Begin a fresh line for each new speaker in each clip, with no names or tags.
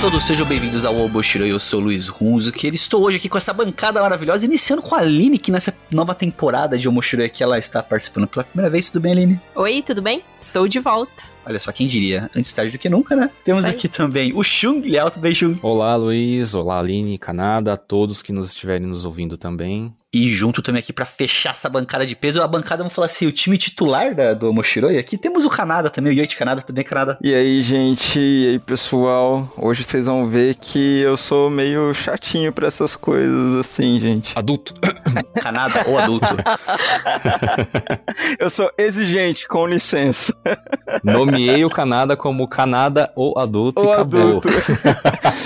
todos, sejam bem-vindos ao Oboshiro, eu sou o Luiz Runzo, que estou hoje aqui com essa bancada maravilhosa, iniciando com a Aline, que nessa nova temporada de Omoshiro que ela está participando pela primeira vez, tudo bem Aline?
Oi, tudo bem? Estou de volta.
Olha só, quem diria, antes tarde do que nunca, né? Temos
Isso aí.
aqui também o Shung Liao, tudo bem Shung?
Olá, Luiz. Olá, Aline, Canada, a todos que nos estiverem nos ouvindo também.
E junto também aqui pra fechar essa bancada de peso, a bancada, vamos falar assim, o time titular da, do Omoshiroi aqui, temos o Kanada também, o Yoichi Kanada, tudo bem Kanada?
E aí, gente, e aí, pessoal? Hoje vocês vão ver que eu sou meio chatinho pra essas coisas assim, gente.
Adulto.
Kanada ou adulto?
Eu sou exigente, com licença.
Nomeei o Canada como Canada ou adulto
Ou
e acabou.
adulto.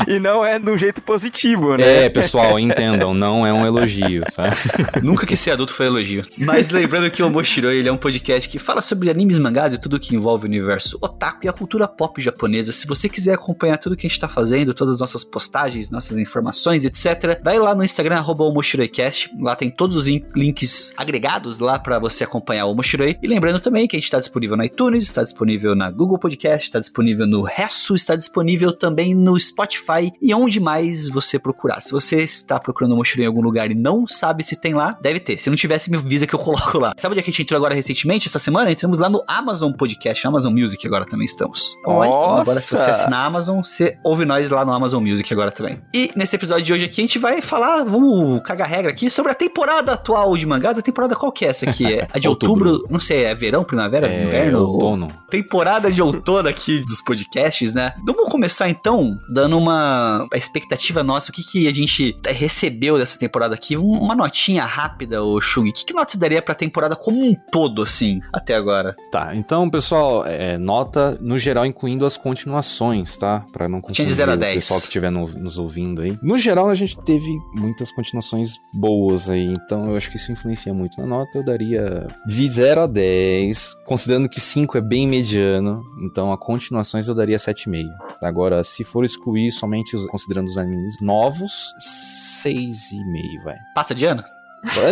e não é de um jeito positivo, né?
É, pessoal, entendam, não é um elogio, tá?
Nunca que ser adulto foi elogio. Mas lembrando que o Moshiroi ele é um podcast que fala sobre animes, mangás e tudo que envolve o universo otaku e a cultura pop japonesa. Se você quiser acompanhar tudo que a gente tá fazendo, todas as nossas postagens, nossas informações, etc, vai lá no Instagram, arroba omoshiroicast. Lá tem todos os in- links agregados lá pra você acompanhar o Moshiroi. E lembrando também que a gente tá disponível na iTunes, tá disponível na Google Podcast, tá disponível no Resso, está disponível também no Spotify e onde mais você procurar. Se você está procurando o Mochilão em algum lugar e não sabe se tem lá, deve ter. Se não tivesse, me avisa que eu coloco lá. Sabe onde é que a gente entrou agora recentemente, essa semana? Entramos lá no Amazon Podcast, Amazon Music agora também estamos. Então
Nossa!
Agora, se você assinar a Amazon, você ouve nós lá no Amazon Music agora também. E nesse episódio de hoje aqui, a gente vai falar, vamos cagar regra aqui, sobre a temporada atual de mangás. A temporada qual que é essa aqui? É a de outubro.
Outubro.
Não sei, é verão, primavera,
É,
inverno?
outono.
temporada de outono aqui dos podcasts, né? Vamos começar então dando uma a expectativa nossa, o que, que a gente eh, recebeu dessa temporada aqui, Um- uma notinha rápida, ô Shug. O que, que nota você daria pra temporada como um todo, assim, até agora?
Tá, então, pessoal, é, nota no geral, incluindo as continuações, tá? Pra não
Tinha
confundir
de zero a
o
dez.
pessoal que estiver no- nos ouvindo aí. No geral, a gente teve muitas continuações boas aí, então eu acho que isso influencia muito na nota. Eu daria de 0 a 10, considerando que 5 é bem mediano, então a continuações eu daria 7,5. Agora, se for excluir somente os- considerando os animes novos, 6,5, vai.
Passa de ano?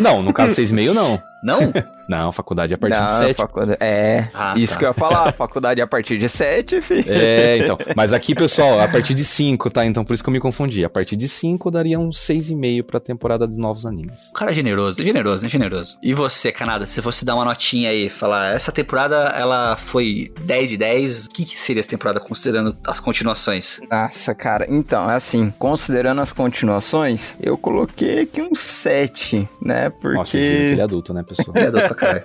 Não, no caso 6,5 não.
Não?
Não, a faculdade é a partir de
Não,
7.
faculdade- É,
Ah,
isso
tá.
que eu ia falar. A faculdade é a partir de 7, filho.
É, então. Mas aqui, pessoal, a partir de 5, tá? Então por isso que eu me confundi. A partir de 5 eu daria um 6,5 pra temporada de novos animes.
O cara é generoso, é generoso, né? Generoso. E você, Canada, se fosse dar uma notinha aí, falar, essa temporada, ela foi 10 de 10, o que, que seria essa temporada, considerando as continuações?
Nossa, cara, então, assim, considerando as continuações, eu coloquei aqui um 7, né? Porque.
Nossa, vocês viram que ele é adulto, né, pessoal?
É doido pra caralho.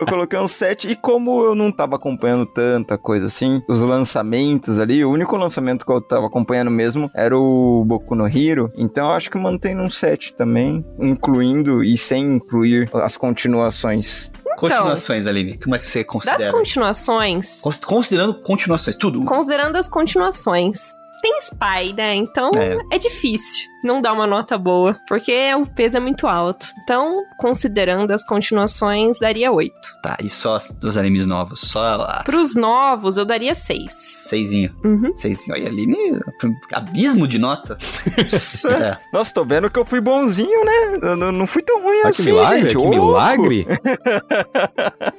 Eu coloquei um 7 e como eu não tava acompanhando tanta coisa assim, os lançamentos ali, o único lançamento que eu tava acompanhando mesmo era o Boku no Hero, então eu acho que mantendo um 7 também, incluindo e sem incluir as continuações.
Então, Continuações, Aline, como é que você
Das
considera?
continuações,
Cons- Considerando continuações, tudo.
considerando as continuações, tem Spy, né? Então é. difícil não dar uma nota boa, porque o peso é muito alto. Então, considerando as continuações, daria 8.
Tá, e só as- dos animes novos, só a...
Pros novos, eu daria 6.
Seizinho,
Uhum.
seizinho. Olha, Aline, um abismo de nota. É.
Nossa, tô vendo que eu fui bonzinho, né? Eu não, não fui tão ruim
Ah, que
assim,
milagre,
gente.
que
Ô,
milagre!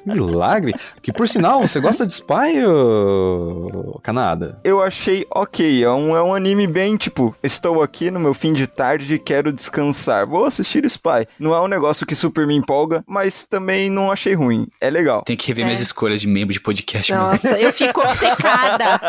milagre! Que por sinal, você gosta de Spy, ô... Canada?
Eu achei ok, é um, é um anime bem tipo, estou aqui no meu fim de tarde e quero descansar, vou assistir Spy. Não é um negócio que super me empolga, mas também não achei ruim, é legal.
Tem que rever
É.
minhas escolhas de membro de podcast. meu.
Nossa, eu fico obcecada.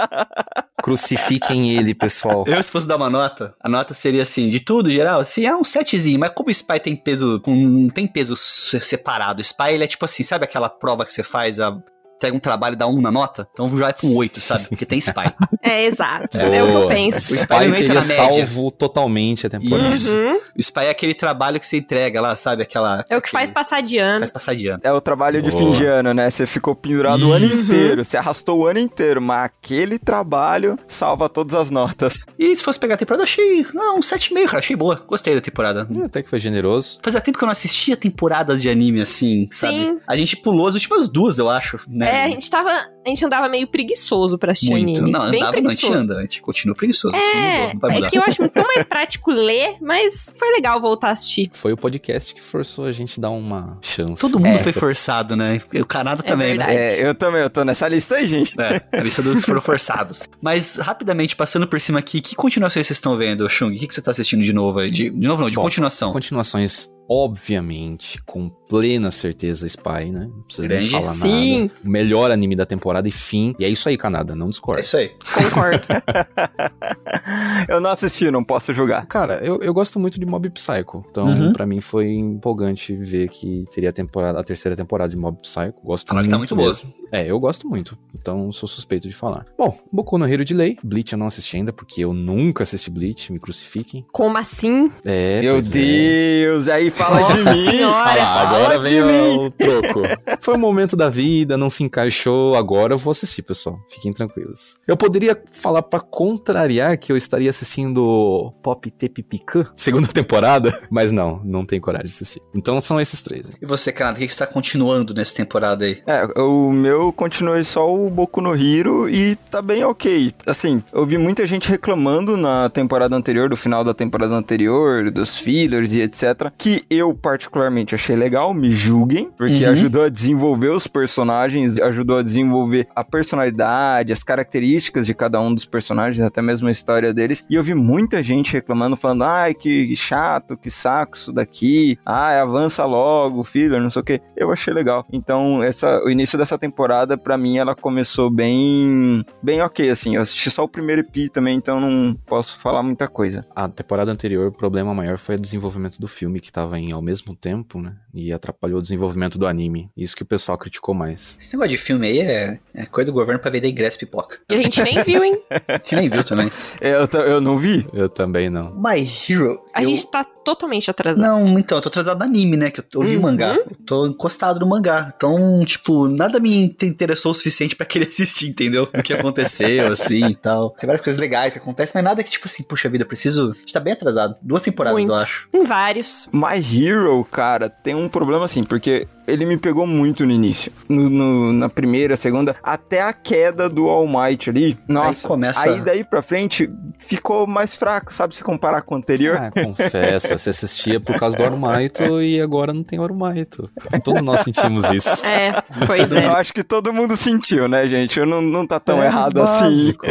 Crucifiquem ele, pessoal.
Eu, se fosse dar uma nota, a nota seria assim, de tudo, geral, assim, é um setzinho, mas como o Spy tem peso, com- não tem peso se- separado, o Spy, ele é tipo assim, sabe aquela prova que você faz, a- pega um trabalho e dá um na nota? Então já é com oito, sabe? Porque tem Spy.
É, exato. É o que eu
Boa.
penso.
O
Spy não
Spy
entra na
teria
média.
salvo totalmente a temporada.
Isso.
Uhum.
O Spy é aquele trabalho que você entrega lá, sabe? Aquela...
É o que faz passar de ano.
faz passar de ano.
É o trabalho de
Boa.
fim de ano, né? Você ficou pendurado o ano
Isso.
inteiro, você arrastou o ano inteiro, mas aquele trabalho salva todas as notas.
E se fosse pegar a temporada, eu achei, não, um 7,5, cara, achei boa, gostei da temporada.
Uhum.
Até que foi generoso.
Fazia tempo que eu não assistia temporadas de anime assim, sabe?
Sim.
A gente pulou as últimas duas, eu acho, né?
É, a gente tava. A gente andava meio preguiçoso pra assistir
Muito.
anime.
Não,
Bem
andava, não, a gente
preguiçoso.
anda, a gente continua preguiçoso. isso não mudou, não vai
É,
mudar.
é que eu acho tão mais prático ler, mas foi legal voltar a assistir.
Foi o podcast que forçou a gente a dar uma chance.
Todo mundo
É.
foi forçado, né? O Canadá
É
também, né?
verdade.
É, eu também, eu tô nessa lista aí, gente.
É, a lista dos que foram forçados. Mas, rapidamente, passando por cima aqui, que continuações vocês estão vendo, Chung? O que, que você tá assistindo de novo aí? De, de novo não, de
Bom,
continuação.
Continuações, obviamente, com plena certeza, Spy, né? Não precisa
Grande.
nem falar
Sim.
nada. O melhor anime da temporada e fim. E é isso aí, Canadá, não
É
discorda.
isso aí.
Concordo.
Eu não assisti, não posso julgar.
Cara, eu, eu gosto muito de Mob Psycho. Então,
Uhum.
pra mim foi empolgante ver que teria a, temporada, a terceira temporada de Mob Psycho. Gosto
Falaram
muito.
que tá muito boa.
mesmo. É, eu gosto muito. Então, sou suspeito de falar. Bom, Boku no Hero de Lei. Bleach eu não assisti ainda, porque eu nunca assisti Bleach. Me crucifiquem.
Como assim?
É,
Meu
pois é.
Deus, aí fala de
Nossa
mim.
senhora.
Ah lá,
Fala
agora
de
veio
mim.
o troco. Foi um momento da vida, não se encaixou. Agora eu vou assistir, pessoal. Fiquem tranquilos. Eu poderia falar pra contrariar que eu estaria assistindo Pop Tep Pican, segunda temporada, mas não, não tenho coragem de assistir. Então são esses três.
E você, Canadá, o que, que você tá continuando nessa temporada aí?
É, o meu continuei só o Boku no Hero e tá bem ok. Assim, eu vi muita gente reclamando na temporada anterior, do final da temporada anterior, dos fillers e etc. Que eu particularmente achei legal, me julguem, porque
Uhum.
ajudou a desenvolver os personagens, ajudou a desenvolver a personalidade, as características de cada um dos personagens, até mesmo a história deles. E eu vi muita gente reclamando, falando, ai, que chato, que saco isso daqui, ai, avança logo, filler, não sei o que. Eu achei legal. Então, essa, o início dessa temporada, pra mim, ela começou bem, bem ok, assim. Eu assisti só o primeiro EP também, então não posso falar muita coisa.
A temporada anterior, o problema maior foi o desenvolvimento do filme, que tava em ao mesmo tempo, né? E atrapalhou o desenvolvimento do anime. Isso que o pessoal criticou mais.
Esse negócio de filme aí é, é coisa do governo pra vender ingresso e pipoca.
E a gente nem viu, hein?
A gente nem viu também.
É, Eu, ta- eu não vi.
Eu também não.
My Hero.
A
eu-
gente tá totalmente atrasado.
Não, então, eu tô atrasado no anime, né? Que eu, eu li
Uhum.
mangá. Eu tô encostado no mangá. Então, tipo, nada me inte- interessou o suficiente pra querer assistir, entendeu? O que aconteceu, assim e tal. Tem várias coisas legais que acontecem, mas nada que, tipo assim, puxa vida, eu preciso. A gente tá bem atrasado. Duas temporadas,
Muito.
eu acho.
Em vários.
My Hero, cara, tem um problema assim, porque ele me pegou muito no início. No- no- na primeira, segunda, até a queda do All Might ali. Nossa.
Aí começa.
Aí daí pra frente ficou mais fraco, sabe? Se comparar com o anterior.
Ah, confessa, você assistia por causa do Orumaito e agora não tem Orumaito. Todos nós sentimos isso.
É, pois
Eu
é.
acho que todo mundo sentiu, né, gente? Eu não, não tá tão
É
errado assim.
básico.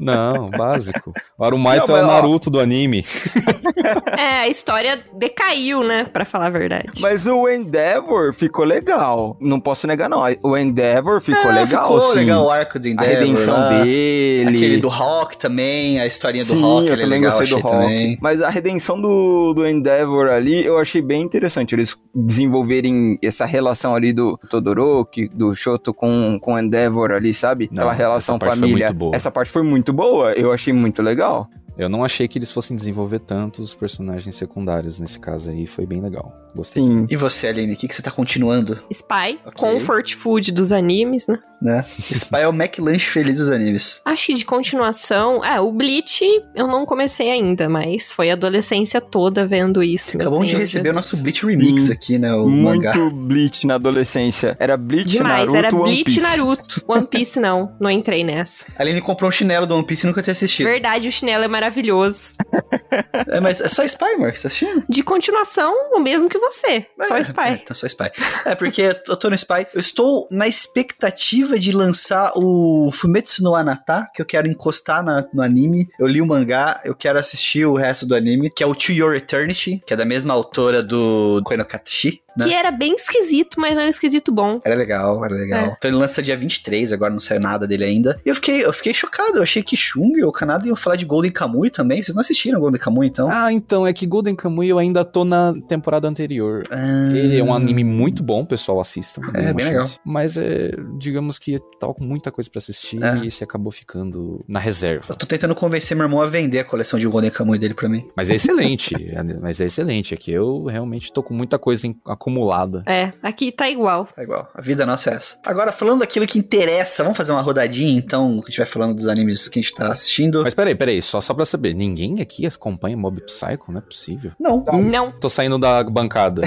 Não, básico. O Arumaito
Não,
é o
mas, ó.
Naruto do anime.
É, a história decaiu, né? Pra falar a verdade.
Mas o Endeavor ficou legal. Não posso negar, não. O Endeavor ficou
Ah,
legal,
ficou
sim.
legal o arco do
A
Endeavor. né?
redenção
lá.
dele.
Aquele do Rock também, a historinha do
Sim,
Rock.
eu
ele é
também
legal,
gostei do
achei
Rock.
também.
Mas a redenção do, do Endeavor ali, eu achei bem interessante. Eles desenvolverem essa relação ali do Todoroki, do Shoto com, com o Endeavor ali, sabe?
Não,
Aquela relação
essa parte foi
família.
muito boa.
Essa parte foi muito boa. Eu achei muito legal.
Eu não achei que eles fossem desenvolver tanto os personagens secundários nesse caso aí. Foi bem legal. Gostei.
Sim.
E você, Aline, o que, que você tá continuando?
Spy,
Ok.
comfort food dos animes, né?
Né? Spy é o McLanche feliz dos animes.
Acho que de continuação. É, o Bleach eu não comecei ainda, mas foi a adolescência toda vendo isso. meu
Acabamos de
Senhor
receber o
Jesus.
nosso Bleach Remix
Sim.
aqui, né? O mangá.
Muito Bleach na adolescência. Era Bleach,
Demais,
Naruto,
era
One
Bleach
Piece.
Naruto. One Piece não, não entrei nessa.
A Aline comprou um chinelo do One Piece e nunca tinha assistido.
Verdade, o chinelo é maravilhoso.
É, mas é só Spy, Mark, você tá assistindo?
De continuação, o mesmo que você. Só
É, É,
né?
Spy.
então só Spy. É, porque eu tô no Spy. Eu estou na expectativa de lançar o Fumetsu no Anata, que eu quero encostar na- no anime. Eu li o mangá, eu quero assistir o resto do anime, que é o To Your Eternity, que é da mesma autora do Koino Katashi, né?
Que era bem esquisito, mas era esquisito bom.
Era legal, era legal.
É.
Então ele lança dia 23, agora não saiu nada dele ainda. E eu fiquei, eu fiquei chocado, eu achei que Chung, o Canadá iam falar de Golden Kamuy também. Vocês não assistiram Golden Kamuy, então?
Ah, então, é que Golden Kamuy eu ainda tô na temporada anterior. Ele
Hum.
é um anime muito bom, pessoal, assistam.
É,
dê uma
bem legal.
Mas é, digamos que tava com muita coisa pra assistir
É.
e se acabou ficando na
Eu
reserva.
tô tentando convencer meu irmão a vender a coleção de Golden Kamuy dele pra mim.
Mas é excelente, é- mas é excelente. É que eu realmente tô com muita coisa em- a acumulada.
É, aqui tá igual.
Tá igual. A vida nossa é essa. Agora, falando daquilo que interessa, vamos fazer uma rodadinha, então, a gente vai falando dos animes que a gente tá assistindo.
Mas peraí, peraí, só, só pra saber, ninguém aqui acompanha Mob Psycho? Não é possível.
Não.
Não,
Tô saindo da bancada.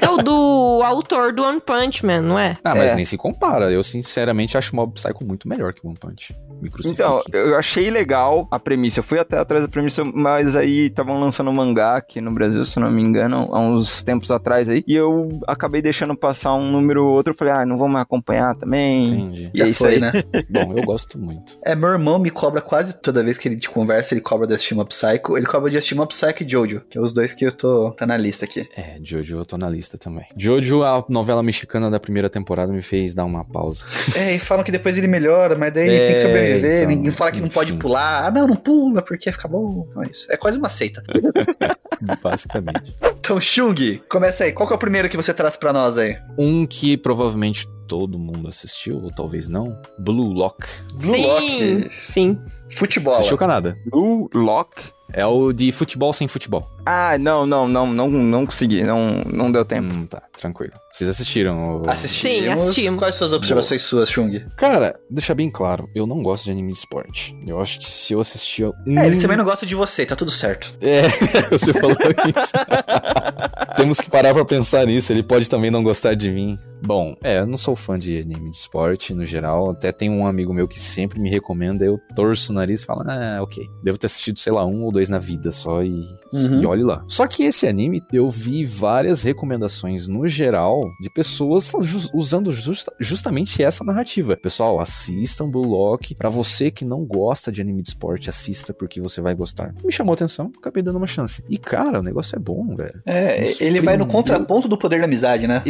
é o do autor do One Punch Man, não é?
Ah, mas
É.
nem se compara. Eu, sinceramente, acho Mob Psycho muito melhor que One Punch. Me crucifiquem.
Então, eu achei legal a premissa. Eu fui até atrás da premissa, mas aí estavam lançando um mangá aqui no Brasil, se não me engano, há uns tempos atrás aí. E eu acabei deixando passar um número ou outro. Eu falei, ah, não vou mais acompanhar também.
Entendi.
E
Já
é isso
foi,
aí.
né?
Bom, eu gosto muito.
É, meu irmão me cobra quase toda vez que ele te conversa, ele cobra do Steam Up Psycho. Ele cobra de Steam Up Psycho e Jojo, que é os dois que eu tô. tá na lista aqui.
É, Jojo eu tô na lista também. Jojo, a novela mexicana da primeira temporada, me fez dar uma pausa.
É, e falam que depois ele melhora, mas daí
É,
tem que sobreviver.
então,
ninguém fala que não pode
enfim.
pular. Ah, não, não pula, porque fica bom. Então é isso. É quase uma seita.
basicamente.
Então, Shung, começa aí. Qual que é o primeiro que você traz pra nós aí?
Um que provavelmente todo mundo assistiu, ou talvez não, Blue Lock.
Blue
sim,
Lock.
sim.
Futebol.
Assistiu com nada.
Blue Lock?
É o de futebol sem futebol.
Ah, não, não, não, não, não consegui. Não, não deu tempo.
Hum, tá, tranquilo. Vocês assistiram? o-
Assistimos.
Sim, assistimos.
Tipo, Quais suas observações suas, Shung?
Cara, deixar bem claro, eu não gosto de anime de esporte. Eu acho que se eu assistir um...
É, eles também não gostam de você, tá tudo certo.
É, você falou isso. Temos que parar pra pensar nisso. Ele pode também não gostar de mim. Bom, é, eu não sou fã de anime de esporte no geral. Até tem um amigo meu que sempre me recomenda. Eu torço o nariz e falo, ah, ok. Devo ter assistido, sei lá, um ou dois na vida só e,
Uhum.
e olhe lá. Só que esse anime, eu vi várias recomendações no geral de pessoas fal- jus- usando justa- justamente essa narrativa. Pessoal, assistam Blue Lock. Pra você que não gosta de anime de esporte, assista porque você vai gostar. Me chamou a atenção, acabei dando uma chance. E cara, o negócio é bom, velho.
É,
Isso
ele vai no
primeiro.
contraponto do poder da amizade, né?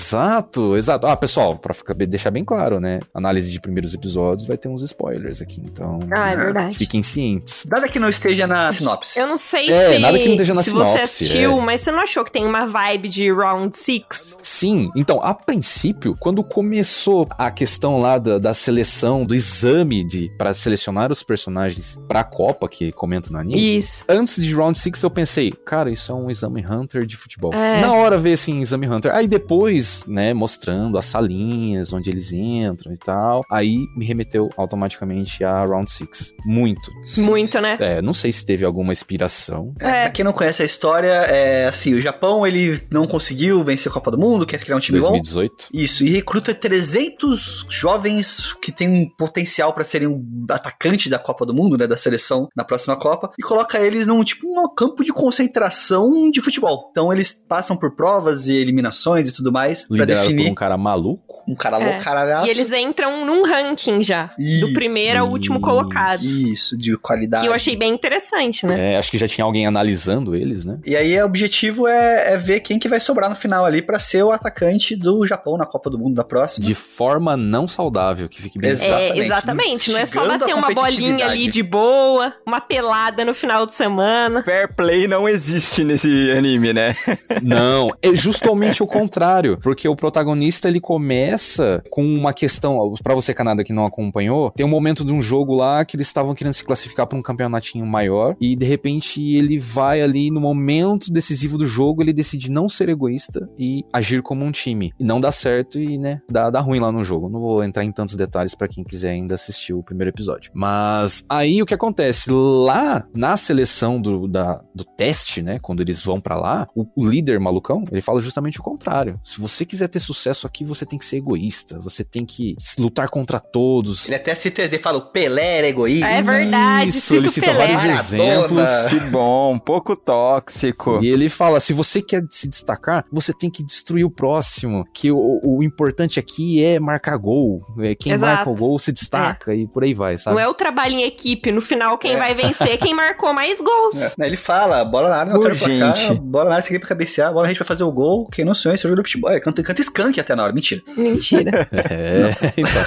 Exato, exato. Ah, pessoal, pra ficar, bem- deixar bem claro, né? Análise de primeiros episódios vai ter uns spoilers aqui, então.
Ah, é verdade.
Fiquem cientes.
Nada que não esteja na sinopse.
Eu não sei
É,
se,
nada que não esteja na
se você
sinopse, é.
assistiu, mas você não achou que tem uma vibe de Round six?
Sim, então, a princípio, quando começou a questão lá da, da seleção, do exame de para selecionar os personagens pra Copa, que comenta no anime.
Isso.
Antes de Round six eu pensei, cara, isso é um exame Hunter de futebol.
É.
Na hora ver assim, exame Hunter. Aí depois, né, mostrando as salinhas, onde eles entram e tal. Aí me remeteu automaticamente a Round six Muito.
Muito, né?
É, não sei se teve alguma inspiração.
É, pra quem não conhece a história, é assim, o Japão, ele não conseguiu vencer a Copa do Mundo, quer criar um time bom.
2018.
Isso, e recruta 300 jovens que têm um potencial pra serem um atacante da Copa do Mundo, né, da seleção na próxima Copa, e coloca eles num tipo um campo de concentração de futebol. Então eles passam por provas e eliminações e tudo mais pra
Liderado por
definir
um cara maluco.
um cara
É.
louco, caralhaço.
E eles entram num ranking já.
Isso,
do primeiro ao último
isso.
colocado.
Isso, de qualidade.
Que eu achei bem interessante, né?
É, acho que já tinha alguém analisando eles, né?
E aí o objetivo é, é ver quem que vai sobrar no final ali pra ser o atacante do Japão na Copa do Mundo da próxima.
De forma não saudável, que fique bem.
Exato.
É,
Exatamente.
exatamente. Não é só
Instigando
bater
a
uma bolinha
competitividade.
ali de boa, uma pelada no final de semana.
Fair play não existe nesse anime, né?
Não, é justamente o contrário, porque o protagonista ele começa com uma questão, Pra você Canadá que não acompanhou, tem um momento de um jogo lá que eles estavam querendo se classificar pra um campeonatinho maior e de repente ele vai ali no momento decisivo do jogo, ele decide não ser egoísta e agir como um time. E não dá certo e, né, dá, dá ruim lá no jogo. Não vou entrar em tantos detalhes pra quem quiser ainda assistir o primeiro episódio. Mas aí o que acontece? Lá na seleção do, da- do teste, né? Quando eles vão pra lá, o, o líder malucão, ele fala justamente o contrário. Se você quiser ter sucesso aqui, você tem que ser egoísta. Você tem que s- lutar contra todos.
Ele até cita, ele fala o Pelé era egoísta.
É verdade,
Isso,
cita
ele
o
cita
Pelé.
vários
Maradona.
exemplos.
Que bom, pouco tóxico.
E ele fala: se você quer se destacar, você tem que destruir o próximo. Que o, o importante aqui é marcar gol. É, Quem
Exato.
marca o gol se destaca e por aí vai, sabe?
Não é o trabalho em equipe. No final, quem
É.
vai vencer é quem marcou mais gols.
É, né, Ele fala, bola na área, bola pra cá,
Urgente.
bola na área, seguir pra cabecear, bola na rede pra fazer o gol, quem não sonha, esse jogo do futebol. Ele canta, canta skunk até na hora, mentira.
Mentira.
É, então.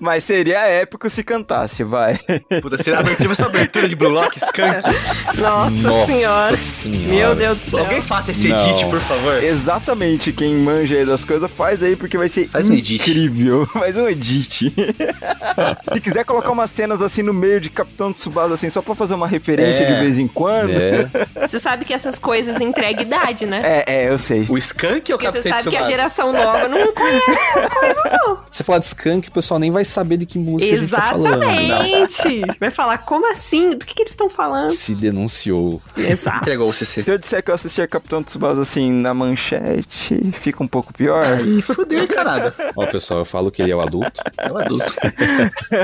Mas seria épico se cantasse, vai.
Puta, será abertura, abertura de Blue Lock, skunk?
Nossa,
Nossa.
senhora.
Nossa senhora.
Meu Deus do céu.
Alguém faça esse
Não.
edit, por favor.
Exatamente, quem manja aí das coisas faz aí, porque vai ser
Faz um edit.
incrível. Faz um edit. Se quiser colocar umas cenas assim no meio de Capitão Tsubasa, assim, só pra fazer uma referência
É.
de vez em quando. É.
É,
Você sabe que essas coisas entregam idade, né?
É, eu sei.
O Skunk ou o
Porque você
Capitão
sabe que a
Tsubasa?
geração nova não
você falar de Skunk, o pessoal nem vai saber de que música a gente tá falando.
Exatamente! Vai falar, como assim? Do que, que eles estão falando?
Se denunciou.
Exato.
Entregou o CC.
Se eu disser que eu assistia Capitão Tsubasa assim na manchete, fica um pouco pior.
Ih, fudeu, Canada.
Ó, pessoal, eu falo que ele é o adulto.
É um adulto.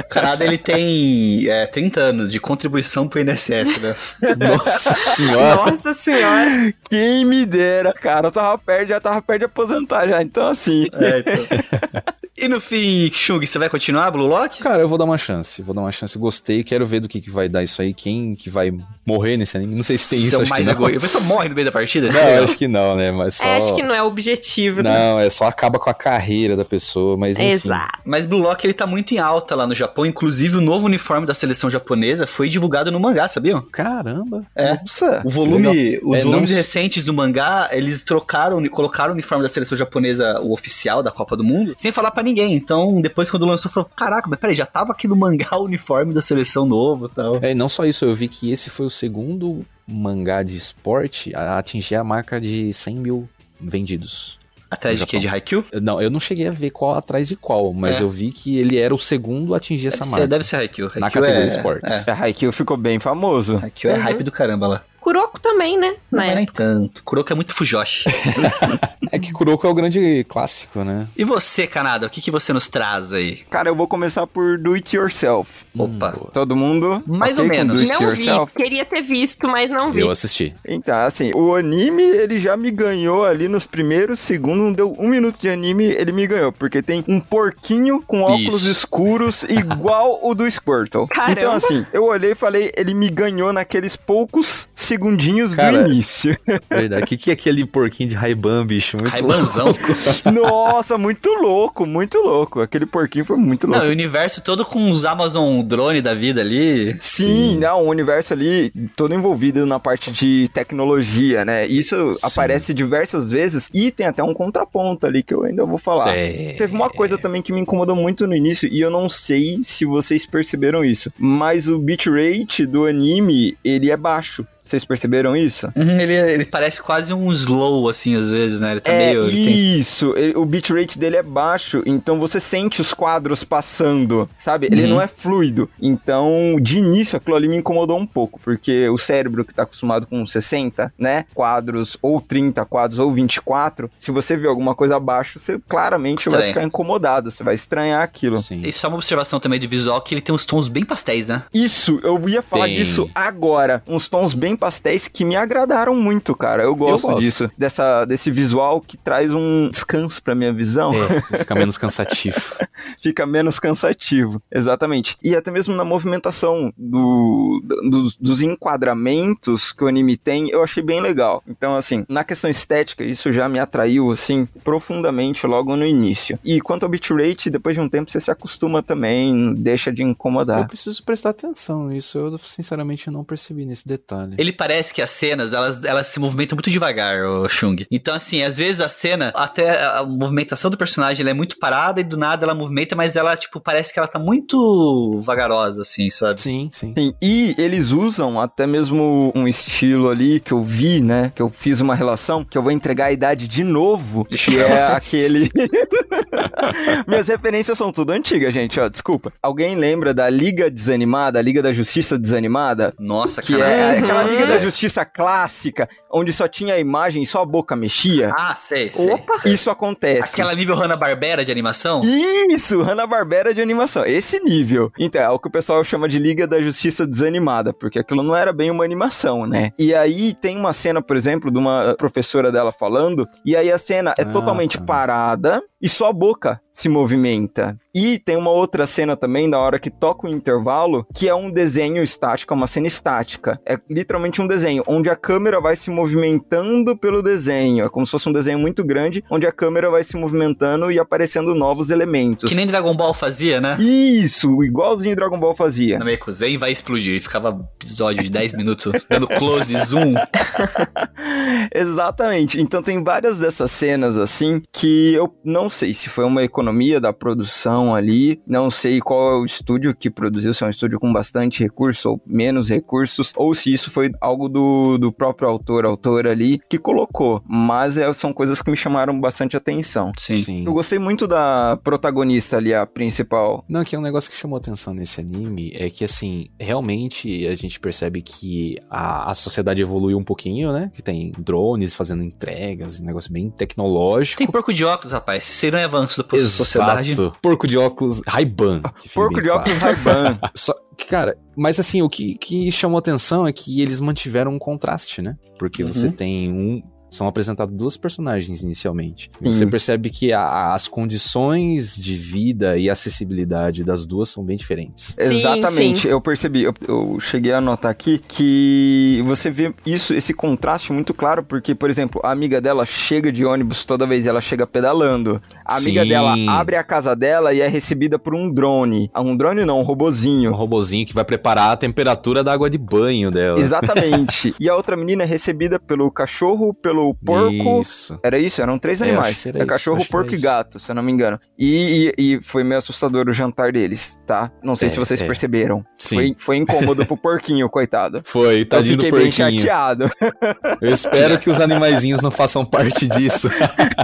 O Canada, ele tem é, 30 anos de contribuição pro INSS, né?
Nossa senhora.
Nossa senhora!
Quem me dera, cara. Eu tava perto, já tava perto de aposentar já. Então, assim.
É, então. E no fim, Shung, você vai continuar, Blue Lock?
Cara, eu vou dar uma chance. Vou dar uma chance. Eu Gostei. Quero ver do que, que vai dar isso aí. Quem que vai morrer nesse anime. Não sei se tem isso.
Seu
Acho que
mais
não.
egoísta. A pessoa morre no meio da partida?
Não, eu acho que não, né? Mas só...
É, acho que não é o objetivo, né?
Não, é só acaba com a carreira da pessoa, mas enfim.
Exato.
Mas Blue Lock, ele tá muito em alta lá no Japão. Inclusive, o novo uniforme da seleção japonesa foi divulgado no mangá, sabiam?
Caramba.
É.
Nossa.
O volume, os
É, não
volumes
s-
recentes do mangá, eles trocaram, colocaram o uniforme da seleção japonesa, o oficial da Copa do Mundo, sem falar pra ninguém. Então, depois quando lançou, falou: "Caraca, mas peraí, já tava aqui no mangá o uniforme da seleção novo", e tal.
É, e não só isso, eu vi que esse foi o segundo mangá de esporte a atingir a marca de 100 mil vendidos.
Atrás de
No
quê? De
Japão.
Haikyuu?
Eu- Não, eu não cheguei a ver qual atrás de qual, mas
É.
eu vi que ele era o segundo a atingir essa
Deve
marca.
ser, deve ser Haikyuu.
Na
Haikyuu
categoria
é-
esportes.
A Haikyuu ficou bem famoso.
Haikyuu é
Uhum.
hype do caramba lá.
Kuroko também, né?
Não,
Na
mas nem
época.
tanto. Kuroko é muito fujoshi.
É que Kuroko é o grande clássico, né?
e você, Canada, o que, que você nos traz aí?
Cara, eu vou começar por Do It Yourself.
Opa.
Hum, boa.
Todo mundo?
Mais
ok
ou
com
menos.
Do It
Não vi.
Yourself?
Queria ter visto, mas não vi.
eu assisti.
Então, assim, o anime, ele já me ganhou ali nos primeiros segundos, não deu um minuto de anime, ele me ganhou, porque tem um porquinho com óculos
Isso.
escuros igual o do Squirtle.
Caramba.
Então, assim, eu olhei e falei, ele me ganhou naqueles poucos segundinhos
Cara.
do início.
Verdade. O que, que é aquele porquinho de Raiban, bicho? Muito
Raibanzão.
louco.
Nossa, muito louco, muito louco. Aquele porquinho foi muito louco.
Não, o universo todo com os Amazon drone da vida ali.
Sim,
Sim.
não, o universo ali todo envolvido na parte de tecnologia, né? Isso
Sim.
aparece diversas vezes e tem até um contraponto ali que eu ainda vou falar.
É.
Teve uma coisa também que me incomodou muito no início, e eu não sei se vocês perceberam isso, mas o bitrate do anime, ele é baixo. Vocês perceberam isso?
Uhum, Ele, ele parece quase um slow, assim, às vezes, né? Ele tá
É,
meio. Ele tem...
isso. ele- o bitrate dele é baixo, então você sente os quadros passando, sabe? Ele
Uhum.
não é fluido. Então, de início, aquilo ali me incomodou um pouco, porque o cérebro que tá acostumado com 60, né? Quadros, ou 30 quadros, ou 24, se você vê alguma coisa abaixo, você claramente vai
Estranha.
ficar incomodado, você vai estranhar aquilo.
Sim.
E só uma observação também de visual que ele tem uns tons bem pastéis, né?
Isso, eu ia falar
Tem.
disso agora. Uns tons bem pastéis que me agradaram muito, cara. Eu gosto,
gosto.
disso. Dessa, desse visual que traz um descanso pra minha visão.
É, fica menos cansativo.
Fica menos cansativo. Exatamente. E até mesmo na movimentação do, do- dos enquadramentos que o anime tem, eu achei bem legal. Então, assim, na questão estética, isso já me atraiu, assim, profundamente logo no início. E quanto ao bitrate, depois de um tempo você se acostuma também, deixa de incomodar.
Eu preciso prestar atenção nisso. Eu sinceramente não percebi nesse detalhe.
Ele parece que as cenas, elas, elas se movimentam muito devagar, o Shung. Então, assim, às vezes a cena, até a movimentação do personagem, ela é muito parada e do nada ela movimenta, mas ela, tipo, parece que ela tá muito vagarosa, assim, sabe?
Sim, sim.
Sim, e eles usam até mesmo um estilo ali que eu vi, né? Que eu fiz uma relação, que eu vou entregar a idade de novo, que é aquele. Minhas referências são tudo antigas, gente, ó, desculpa. Alguém lembra da Liga Desanimada, a Liga da Justiça Desanimada?
Nossa,
Que
cara.
é aquela
Uhum.
Liga da Justiça clássica, onde só tinha a imagem e só a boca mexia.
Ah, sei, sei.
Opa!
sei.
Isso acontece.
Aquela nível Hanna-Barbera de animação?
Isso, Hanna-Barbera de animação, esse nível. Então, é o que o pessoal chama de Liga da Justiça Desanimada, porque aquilo não era bem uma animação, né? E aí tem uma cena, por exemplo, de uma professora dela falando, e aí a cena é
Ah,
totalmente
tá.
parada, e só a boca se movimenta. E tem uma outra cena também, da hora que toca o intervalo, que é um desenho estático, é uma cena estática. É literalmente um desenho, onde a câmera vai se movimentando pelo desenho. É como se fosse um desenho muito grande, onde a câmera vai se movimentando e aparecendo novos elementos.
Que nem Dragon Ball fazia, né?
Isso, igualzinho Dragon Ball fazia.
Na Mekuzen vai explodir. Ficava episódio de 10 minutos dando close, zoom.
Exatamente. Então tem várias dessas cenas assim que eu não sei se foi uma economia da produção ali, não sei qual é o estúdio que produziu, se é um estúdio com bastante recurso ou menos recursos, ou se isso foi algo do, do próprio autor, autor ali, que colocou. Mas é, são coisas que me chamaram bastante atenção.
Sim.
Sim.
Eu gostei muito da protagonista ali, a principal.
Não, que é um negócio que chamou atenção nesse anime é que, assim, realmente a gente percebe que a, a sociedade evoluiu um pouquinho, né? Que tem drones fazendo entregas, um negócio bem tecnológico.
Tem porco de óculos, rapaz. Isso aí não é avanço da sociedade.
Exato. Porco de óculos Ray-Ban. que fique
Porco
bem
de
claro.
óculos Ray-Ban.
Só, que, cara, mas assim, o que, que chamou atenção é que eles mantiveram um contraste, né? Porque
Uhum.
você tem um. São apresentados duas personagens inicialmente. E
Sim.
Você percebe que a- as condições de vida e acessibilidade das duas são bem diferentes.
Sim,
Exatamente,
sim.
eu percebi, eu, eu cheguei a anotar aqui que você vê isso, esse contraste muito claro, porque, por exemplo, a amiga dela chega de ônibus toda vez, ela chega pedalando. A amiga
Sim.
dela abre a casa dela e é recebida por um drone. Ah, Um drone não, um
Um
robozinho.
robozinho que vai preparar a temperatura da água de banho dela.
Exatamente. e a outra menina é recebida pelo cachorro, pelo porco.
Isso.
Era isso? Eram três
É,
animais.
acho que era
é
isso,
cachorro,
acho que era
porco e
isso.
gato, se eu não me engano. E, e- e foi meio assustador o jantar deles, tá? Não sei
É,
se vocês
é.
perceberam.
Sim.
Foi, foi incômodo pro porquinho, coitado.
Foi,
Eu
tadinho do
fiquei bem
porquinho.
chateado.
Eu espero que os animaizinhos não façam parte disso.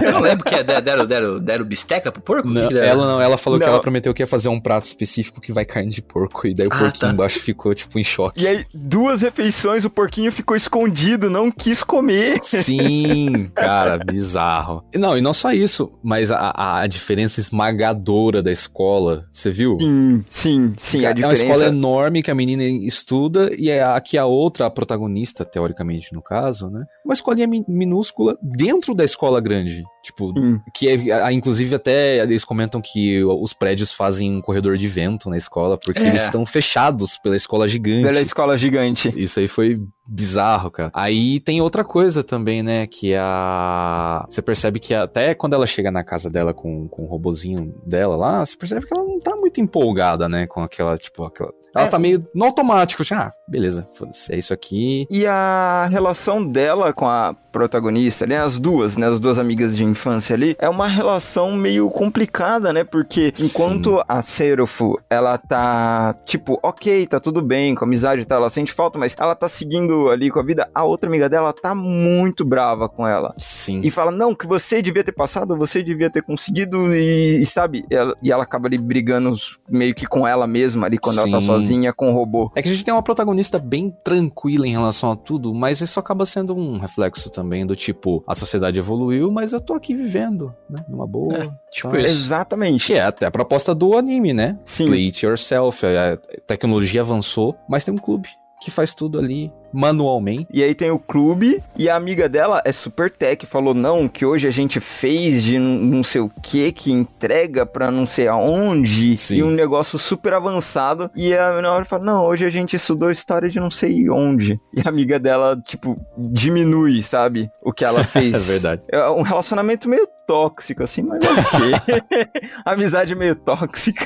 Eu não lembro que é, de- deram, deram, deram bisteca pro porco? O que
Não,
que deram?
ela não, ela falou que
Não.
ela prometeu que ia fazer um prato específico que vai carne de porco, e daí o
Ah,
porquinho
tá.
embaixo ficou, tipo, em choque.
E aí, duas refeições, o porquinho ficou escondido, não quis comer.
Sim, cara, bizarro. E Não, e não só isso, mas a- a, a diferença esmagadora da escola, você viu?
Sim, sim, sim, a
é uma escola
diferença...
enorme que a menina estuda e é a que a outra, a protagonista, teoricamente no caso, né? Uma escolinha mi- minúscula dentro da escola grande. Tipo,
Hum.
que é, a- inclusive até eles comentam que os prédios fazem um corredor de vento na escola, porque
É.
eles estão fechados pela escola gigante.
Pela é escola gigante.
Isso aí foi bizarro, cara. Aí tem outra coisa também, né? Que a. Você percebe que até quando ela chega na casa dela com, com o robozinho dela lá, você percebe que ela não tá muito empolgada, né? Com aquela, tipo, aquela. Ela
É.
tá meio no automático, já. Ah, beleza, foda-se, é isso aqui.
E a relação dela com a protagonista, né? As duas, né? As duas amigas de infância ali, é uma relação meio complicada, né? Porque
Sim.
enquanto a Serofo, ela tá tipo, ok, tá tudo bem, com a amizade e tal, ela sente falta, mas ela tá seguindo ali com a vida, a outra amiga dela tá muito brava com ela.
Sim.
e fala não que você devia ter passado, você devia ter conseguido e, e sabe, ela, e ela acaba ali brigando meio que com ela mesma ali quando ela tá
Sim.
sozinha com o robô.
É que a gente tem uma protagonista bem tranquila em relação a tudo, mas isso acaba sendo um reflexo também do tipo, a sociedade evoluiu, mas eu tô aqui vivendo, né? Numa boa.
É, tipo
Tá.
isso.
Exatamente.
Que é até a proposta do anime, né?
Sim.
Play it yourself, é, a tecnologia avançou, mas tem um clube que faz tudo ali manualmente.
E aí tem o clube, e a amiga dela é super tech, falou, não, que hoje a gente fez de n- não sei o que, que entrega pra não sei aonde,
Sim.
e um negócio super avançado, e a na hora fala, não, hoje a gente estudou história de não sei onde. E a amiga dela, tipo, diminui, sabe, o que ela fez.
É verdade.
É um relacionamento meio tóxico, assim, mas ok. Amizade meio tóxica.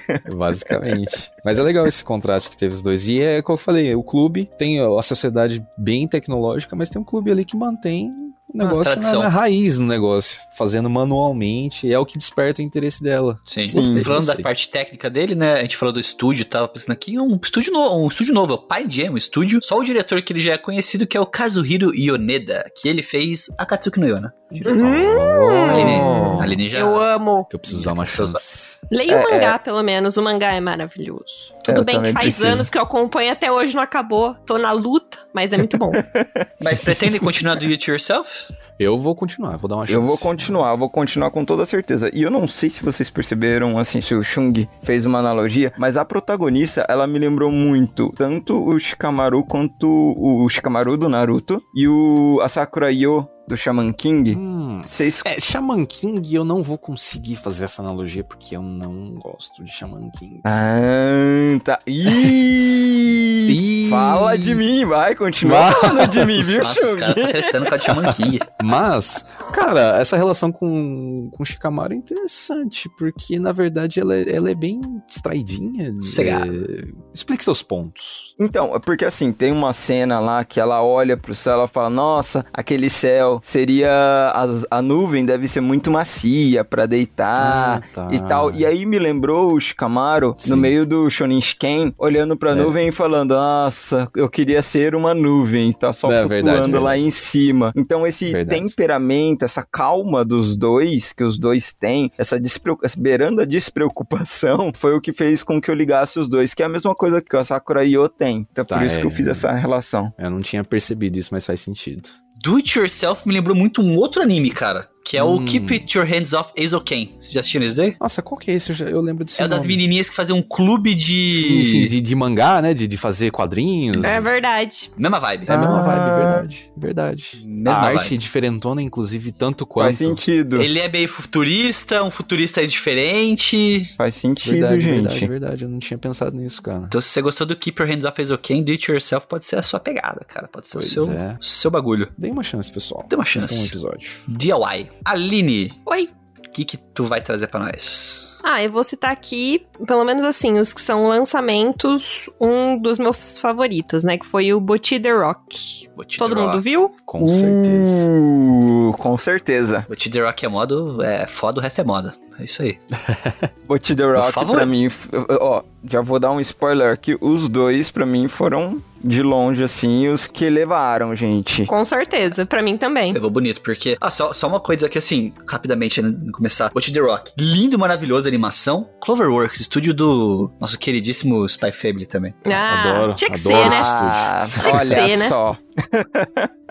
Basicamente. Mas é legal esse contraste que teve os dois. E é como eu falei, o clube tem a sociedade bem tecnológica, mas tem um clube ali que mantém o negócio na,
Ah, tradição.
na raiz no negócio, fazendo manualmente. É o que desperta o interesse dela.
Sim.
Sim.
Falando
Gostei.
da parte técnica dele, né? A gente falou do estúdio, tava pensando aqui, é um estúdio novo, um estúdio novo, é o Pine Jam, um estúdio. Só o diretor que ele já é conhecido, que é o Kazuhiro Yoneda, que ele fez Akatsuki no Yona. o
Uhum.
diretor.
Oh.
Aline, Aline já...
Eu amo.
Eu preciso dar uma chance.
Leia
É,
o mangá, pelo menos. O mangá é maravilhoso. Tudo
eu
bem que
também
faz
preciso.
anos que eu acompanho até hoje, não acabou. Tô na luta, mas é muito bom.
Mas pretende continuar do It Yourself?
Eu vou continuar, vou dar uma chance.
Eu vou continuar, eu vou continuar com toda certeza. E eu não sei se vocês perceberam, assim, se o Chung fez uma analogia, mas a protagonista, ela me lembrou muito tanto o Shikamaru quanto o Shikamaru do Naruto e o a Sakura Yo do Shaman King.
Hum.
Você es-
É, Shaman King, eu não vou conseguir fazer essa analogia porque eu não gosto de Shaman King.
Ah, tá. Ih,
Ih,
fala de mim, vai, continua falando de mim, viu,
Nossa, os
Xambi?
caras tá tretando com a de Shaman King.
Mas, cara, essa relação com, com Shikamaru é interessante, porque na verdade ela, é- ela é bem distraidinha.
Cegada.
É... Explique seus pontos.
Então, é porque assim, tem uma cena lá que ela olha pro céu, ela fala: Nossa, aquele céu seria. as- a nuvem deve ser muito macia pra deitar.
tá.
Ah, E tal. E aí me lembrou o Shikamaru
Sim.
no meio do Shonin Shiken, olhando pra
É.
nuvem e falando: Nossa, eu queria ser uma nuvem, tá só
É,
flutuando
verdade,
lá
verdade.
em cima. Então esse
Verdade.
temperamento, essa calma dos dois que os dois têm, essa, despre... essa beiranda despreocupação foi o que fez com que eu ligasse os dois, que é a mesma coisa que a Sakura Io tem. Então
Tá,
por isso
é.
que eu fiz essa relação.
Eu não tinha percebido isso, mas faz sentido.
Do It Yourself me lembrou muito um outro anime, cara. Que é o
Hum.
Keep It Your Hands Off Azo Ken. Vocês já assistiram isso daí?
Nossa, qual que é esse? Eu, já- eu lembro disso.
É o das menininhas que fazem um clube
Sim,
de...
sim, de, de mangá, né? De, de fazer quadrinhos.
É verdade.
Mesma vibe.
É a mesma
Ah.
vibe, verdade. Verdade.
Mesma
a arte
vibe.
diferentona, inclusive, tanto
Faz
quanto.
sentido.
Ele é meio futurista, um futurista diferente.
Faz sentido,
Verdade,
gente.
verdade, verdade. Eu não tinha pensado nisso, cara.
Então, se você gostou do Keep Your Hands Off Is Okay, Do It Yourself pode ser a sua pegada, cara. Pode ser
Pois
o seu,
é.
seu bagulho.
Dê uma chance, pessoal.
Dê uma
Assistam
chance.
um episódio.
DIY. Aline,
Oi.
o que que tu vai trazer pra nós?
Ah, eu vou citar aqui, pelo menos assim, os que são lançamentos, um dos meus favoritos, né? Que foi o Boti The Rock.
Vou te
Todo
dar-
mundo viu?
Com certeza.
Uh, com certeza.
But The Rock é modo, é foda, o resto é moda. É isso aí.
Bot The
Por
Rock,
favor.
pra mim, f- ó, já vou dar um spoiler aqui. Os dois, pra mim, foram de longe, assim, os que levaram, gente.
Com certeza, pra mim também.
Levou bonito, porque. Ah, só, só uma coisa aqui assim, rapidamente, né, de começar. Watch The Rock. Lindo, maravilhoso a animação. Cloverworks, estúdio do nosso queridíssimo Spy Family também.
Ah,
Adoro,
tinha que
adoro.
ser, né?
Ah,
Tem que
olha
ser, né?
só.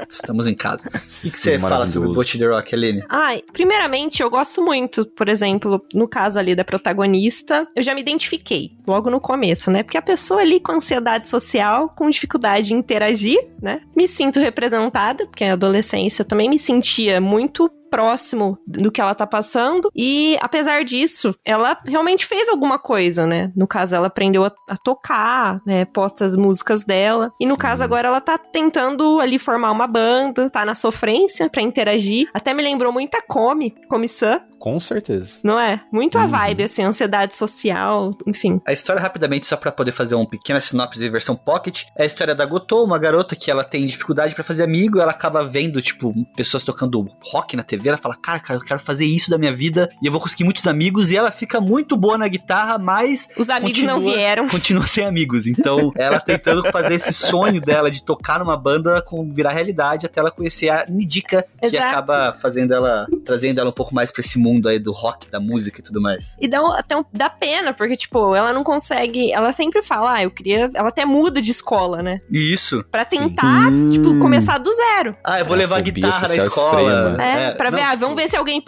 Estamos em casa. O
Esse
que, que
estúdio
você fala sobre
maravilhoso.
Watch The Rock, Aline?
Ai, primeiramente, eu gosto muito, por exemplo, no caso ali da protagonista, eu já me identifiquei logo no começo, né? Porque a pessoa ali com ansiedade social, com dificuldade em interagir, né? Me sinto representada, porque na adolescência eu também me sentia muito próximo do que ela tá passando e apesar disso, ela realmente fez alguma coisa, né? No caso ela aprendeu a, a tocar, né, posta as músicas dela e no
Sim.
caso agora ela tá tentando ali formar uma banda, tá na sofrência pra interagir. Até me lembrou muito a Comi, Comi-san,
Com certeza.
não é? Muito a
Uhum.
vibe assim, a ansiedade social, enfim.
A história, rapidamente, só pra poder fazer uma pequena sinopse em versão pocket, é a história da Goto, uma garota que ela tem dificuldade pra fazer amigo, ela acaba vendo, tipo, pessoas tocando rock na TV, ela fala, cara, cara, eu quero fazer isso da minha vida, e eu vou conseguir muitos amigos, e ela fica muito boa na guitarra, mas
Os amigos não
Continua.
vieram.
continua sem amigos. Então, ela tentando fazer esse sonho dela de tocar numa banda com virar realidade até ela conhecer a Nidika, que
Exato.
acaba fazendo ela, trazendo ela um pouco mais pra esse mundo aí do rock, da música e tudo mais.
E dá um- até um, dá pena, porque, tipo, ela não consegue. Ela sempre fala, ah, eu queria. Ela até muda de escola, né?
E isso.
Pra
Sim.
tentar,
Hum,
Hum.
tipo, começar do zero.
Ah, eu vou
É,
levar a
fobia
guitarra na
social
escola.
extrema. né?
É, pra
não,
ver, ah,
tipo,
vamos ver se alguém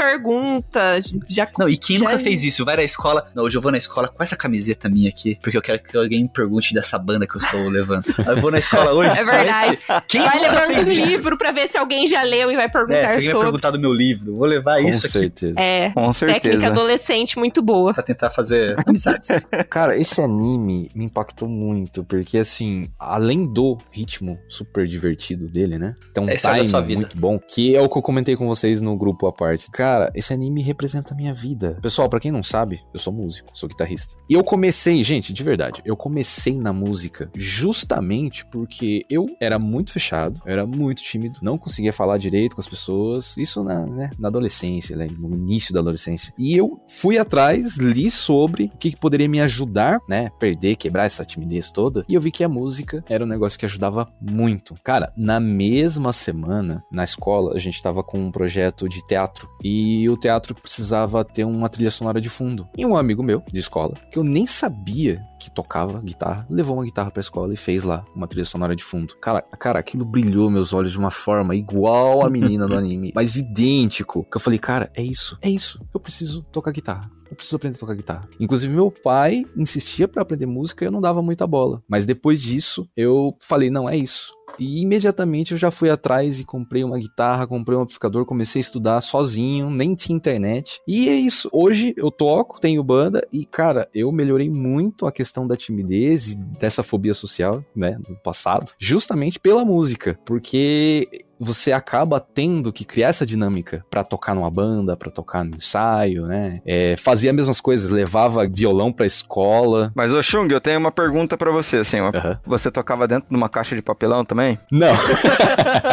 pergunta. Já
Não, e quem
já-
nunca fez isso? Vai na escola. Não, hoje eu vou na escola com essa camiseta minha aqui, porque eu quero que alguém me pergunte dessa banda que eu estou levando. Aí Eu vou na escola hoje.
É verdade.
Quem
vai um
nunca
levando um
fez isso?
livro pra ver se alguém já leu e vai
É, se
perguntar
alguém vai
sobre.
perguntar do meu livro, eu vou levar
Com
Ah, isso aqui
certeza.
É,
Com
técnica
certeza.
adolescente muito boa.
pra tentar fazer amizades.
Cara, esse anime me impactou muito, porque assim, além do ritmo super divertido dele, né? Tem um
Esse é o da sua
time
vida.
muito bom, que é o que eu comentei com vocês no grupo à parte. Cara, esse anime representa a minha vida. Pessoal, pra quem não sabe, eu sou músico, sou guitarrista. E eu comecei, gente, de verdade, eu comecei na música justamente porque eu era muito fechado, eu era muito tímido, não conseguia falar direito com as pessoas. Isso na, né, na adolescência, né, no início da adolescência. E eu fui atrás, li sobre o que, que poderia me ajudar, né? Perder, quebrar essa timidez toda. E eu vi que a música era um negócio que ajudava muito. Cara, na mesma semana, na escola, a gente tava com um projeto de teatro. E o teatro precisava ter uma trilha sonora de fundo. E um amigo meu, de escola, que eu nem sabia que tocava guitarra, levou uma guitarra pra escola e fez lá uma trilha sonora de fundo. Cara, cara aquilo brilhou meus olhos de uma forma igual a menina do anime, mas idêntico. Que eu falei, cara, é isso, é isso. Eu preciso tocar guitarra. eu preciso aprender a tocar guitarra. Inclusive, meu pai insistia pra aprender música e eu não dava muita bola. Mas depois disso, eu falei, não, é isso. E imediatamente eu já fui atrás e comprei uma guitarra, comprei um amplificador, comecei a estudar sozinho, nem tinha internet. E é isso. Hoje eu toco, tenho banda e, cara, eu melhorei muito a questão da timidez e dessa fobia social, né, do passado, justamente pela música, porque você acaba tendo que criar essa dinâmica pra tocar numa banda, pra tocar no ensaio, né? É, fazia as mesmas coisas, levava violão pra escola.
Mas, ô Chung, eu tenho uma pergunta pra você, assim. uma-
Aham.
Você tocava dentro de uma caixa de papelão também?
Não.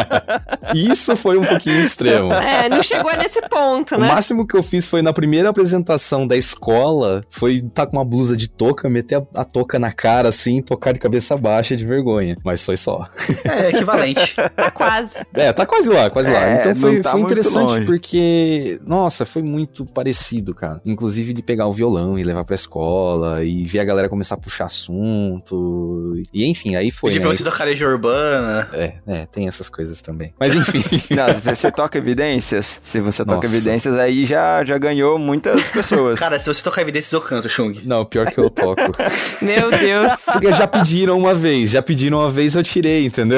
Isso foi um pouquinho extremo.
É, não chegou nesse ponto,
O
né?
máximo que eu fiz foi na primeira apresentação da escola, foi estar com uma blusa de touca, meter a, a touca na cara assim, tocar de cabeça baixa de vergonha. Mas foi só.
É equivalente.
Tá quase.
É, tá quase lá, quase lá.
É,
Então
não
foi,
tá
foi
muito
interessante
longe.
porque, nossa, foi muito parecido, cara. Inclusive de pegar o violão e levar pra escola e ver a galera começar a puxar assunto. E enfim, aí foi.
Pedir
Né?
pra você da careja urbana.
É, é, tem essas coisas também. Mas enfim.
Não, se você toca evidências, se você toca
Nossa.
evidências, aí já, já ganhou muitas pessoas.
Cara, se você tocar evidências, eu canto, Chung.
Não, pior que eu toco.
Meu Deus.
Porque já pediram uma vez, já pediram uma vez, eu tirei, entendeu?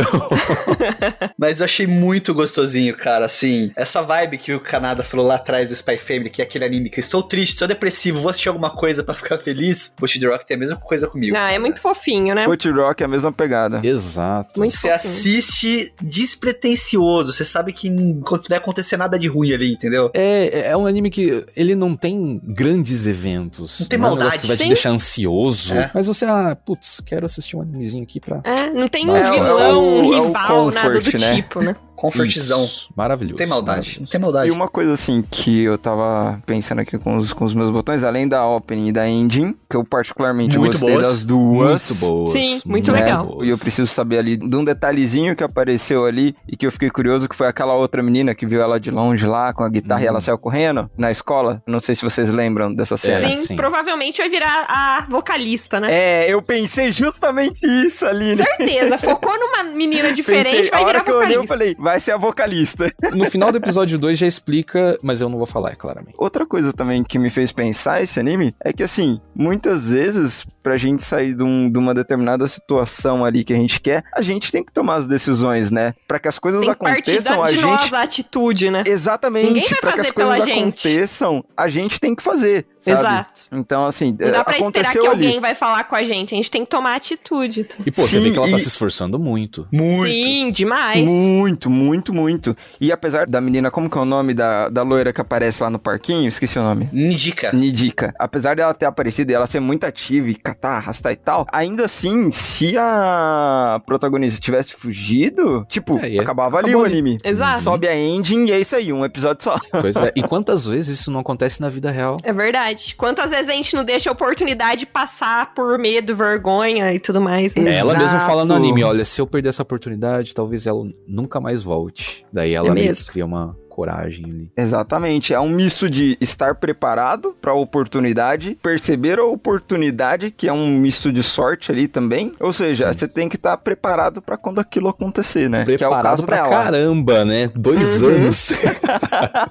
Mas eu achei muito gostosinho, cara, assim. Essa vibe que o Kanada falou lá atrás do Spy Family, que é aquele anime que eu estou triste, estou depressivo, vou assistir alguma coisa pra ficar feliz. Push the Rock tem a mesma coisa comigo.
Ah, é muito fofinho, né?
Put Rock é a mesma pegada.
Exato.
Muito
Você
fofinho.
assiste despretensioso, você sabe que não vai acontecer nada de ruim ali, entendeu?
É, é um anime que ele não tem grandes eventos.
Não tem
é um negócio
maldade.
que vai te
Sim.
deixar ansioso.
É.
Mas
Mas você, ah, putz, quero assistir um animezinho aqui pra.
É, não tem um
Mas-
vilão, um
É o- é o
rival, nada do
comfort, né?
tipo, né?
Confortizão.
Isso, Maravilhoso.
Não um tem maldade, não tem maldade.
E uma coisa assim que eu tava pensando aqui com os, com os meus botões, além da opening e da ending, que eu particularmente
Muito
gostei
boas.
das duas.
Muito boas.
Sim, muito legal.
boas.
E eu preciso saber ali de um detalhezinho que apareceu ali e que eu fiquei curioso, que foi aquela outra menina que viu ela de longe lá com a guitarra e
Hum.
ela saiu correndo na escola. Não sei se vocês lembram dessa cena.
É,
sim, né?
sim.
provavelmente vai virar a vocalista, né?
É, eu pensei justamente isso, Aline.
Certeza, focou numa menina é diferente,
Pensei, a
vai
hora
virar
que eu olhei, eu
vocalista.
falei, vai ser a vocalista.
No final do episódio 2 já explica, mas eu não vou falar, é claramente.
Outra coisa também que me fez pensar esse anime é que, assim, muitas vezes, pra gente sair de, um- de uma determinada situação ali que a gente quer, a gente tem que tomar as decisões, né? Pra que as coisas
Tem que partir
aconteçam,
da-
a
de
gente
nós a atitude, né? Ninguém
Exatamente,
vai
pra que
fazer
as coisas
pela gente.
aconteçam, a gente tem que fazer, sabe?
Exato.
Então, assim,
Não
eh,
dá pra esperar que
aconteceu ali.
alguém vai falar com a gente. A gente tem que tomar atitude.
E pô, você
Sim,
vê que ela tá
e-
se esforçando muito.
Muito.
Sim, demais.
Muito, muito, muito. E apesar da menina, como que é o nome da, da loira que aparece lá no parquinho? Esqueci o nome.
Indica.
Nidica. Apesar dela ter aparecido e ela ser muito ativa e catar, arrastar e tal, ainda assim, se a protagonista tivesse fugido, tipo,
É, e
acabava ali o
acabou ali.
anime.
Exato.
Sobe a ending e é isso aí, um episódio só.
Pois é. E quantas vezes isso não acontece na vida real?
É verdade. Quantas vezes a gente não deixa a oportunidade passar por medo, vergonha e tudo mais. né?
É, Ela mesma
Exato.
fala no anime, olha, se eu perder essa oportunidade, talvez ela nunca mais volte. Daí ela
É
meio que
mesmo.
cria uma coragem ali.
Exatamente, é um misto de estar preparado para a oportunidade, perceber a oportunidade, que é um misto de sorte ali também. Ou seja,
Sim.
você tem que estar preparado para quando aquilo acontecer, né? que é o
Preparado
caso
pra
dela.
caramba, né? Dois
Uhum.
anos.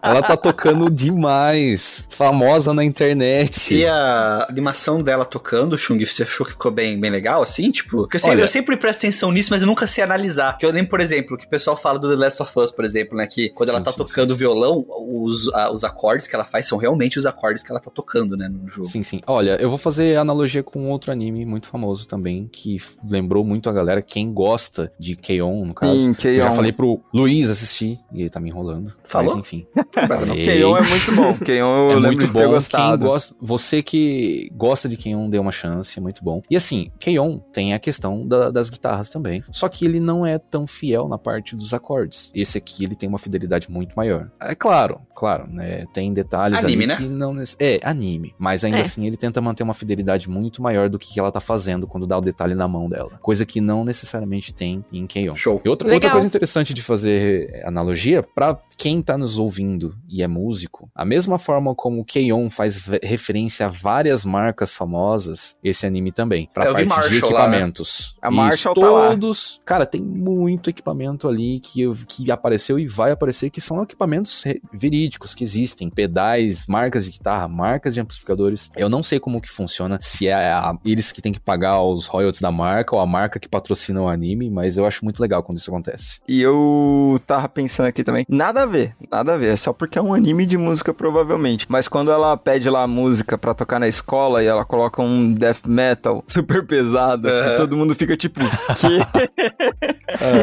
ela tá tocando demais. Famosa na internet.
é-
E a animação dela tocando, Chung, você achou que ficou bem, bem legal, assim? Tipo, porque eu sempre,
Olha-
eu sempre presto atenção nisso, mas eu nunca sei analisar. Porque eu lembro, por exemplo, que o pessoal fala do The Last of Us, por exemplo, né? Que quando ela
Sim,
tá
sim,
tocando violão, os, a- os acordes que ela faz são realmente os acordes que ela tá tocando, né? No jogo.
Sim, sim. Olha, eu vou fazer analogia com outro anime muito famoso também, que f- lembrou muito a galera, quem gosta de K-On, no caso.
Sim,
Eu já
Keion.
falei pro Luiz assistir, e ele tá me enrolando.
Falou?
Mas então, enfim.
Não,
Falei.
Keion é muito bom. Keion eu
é
lembro
muito
de
bom.
ter
Quem
gostado.
gosta, você que gosta de Kenyon, dê uma chance, é muito bom. E assim, Kenyon tem a questão da- das guitarras também. Só que ele não é tão fiel na parte dos acordes. Esse aqui, ele tem uma fidelidade muito maior. É claro, claro, né? Tem detalhes
Anime,
ali
né?
que não... nece- É, anime. Mas ainda
É.
assim, ele tenta manter uma fidelidade muito maior do que ela tá fazendo quando dá o detalhe na mão dela. Coisa que não necessariamente tem em Kenyon.
Show.
E outra,
Legal.
outra coisa interessante de fazer analogia, pra quem tá nos ouvindo conhecido e é músico, a mesma forma como o Keion faz ve- referência a várias marcas famosas, esse anime também. Pra
É, eu vi
parte de
Marshall lá, né?
equipamentos.
A
Isso,
Marshall tá lá.
todos. Cara, tem muito equipamento ali que, que apareceu e vai aparecer, que são equipamentos re- verídicos que existem. Pedais, marcas de guitarra, marcas de amplificadores. Eu não sei como que funciona, se é a- eles que têm que pagar os royalties da marca ou a marca que patrocina o anime, mas eu acho muito legal quando isso acontece.
E eu tava pensando aqui também. Nada a ver, nada a ver. É só porque é um anime de música, provavelmente. Mas quando ela pede lá a música pra tocar na escola e ela coloca um death metal super pesado,
Aham.
e todo mundo fica tipo, que?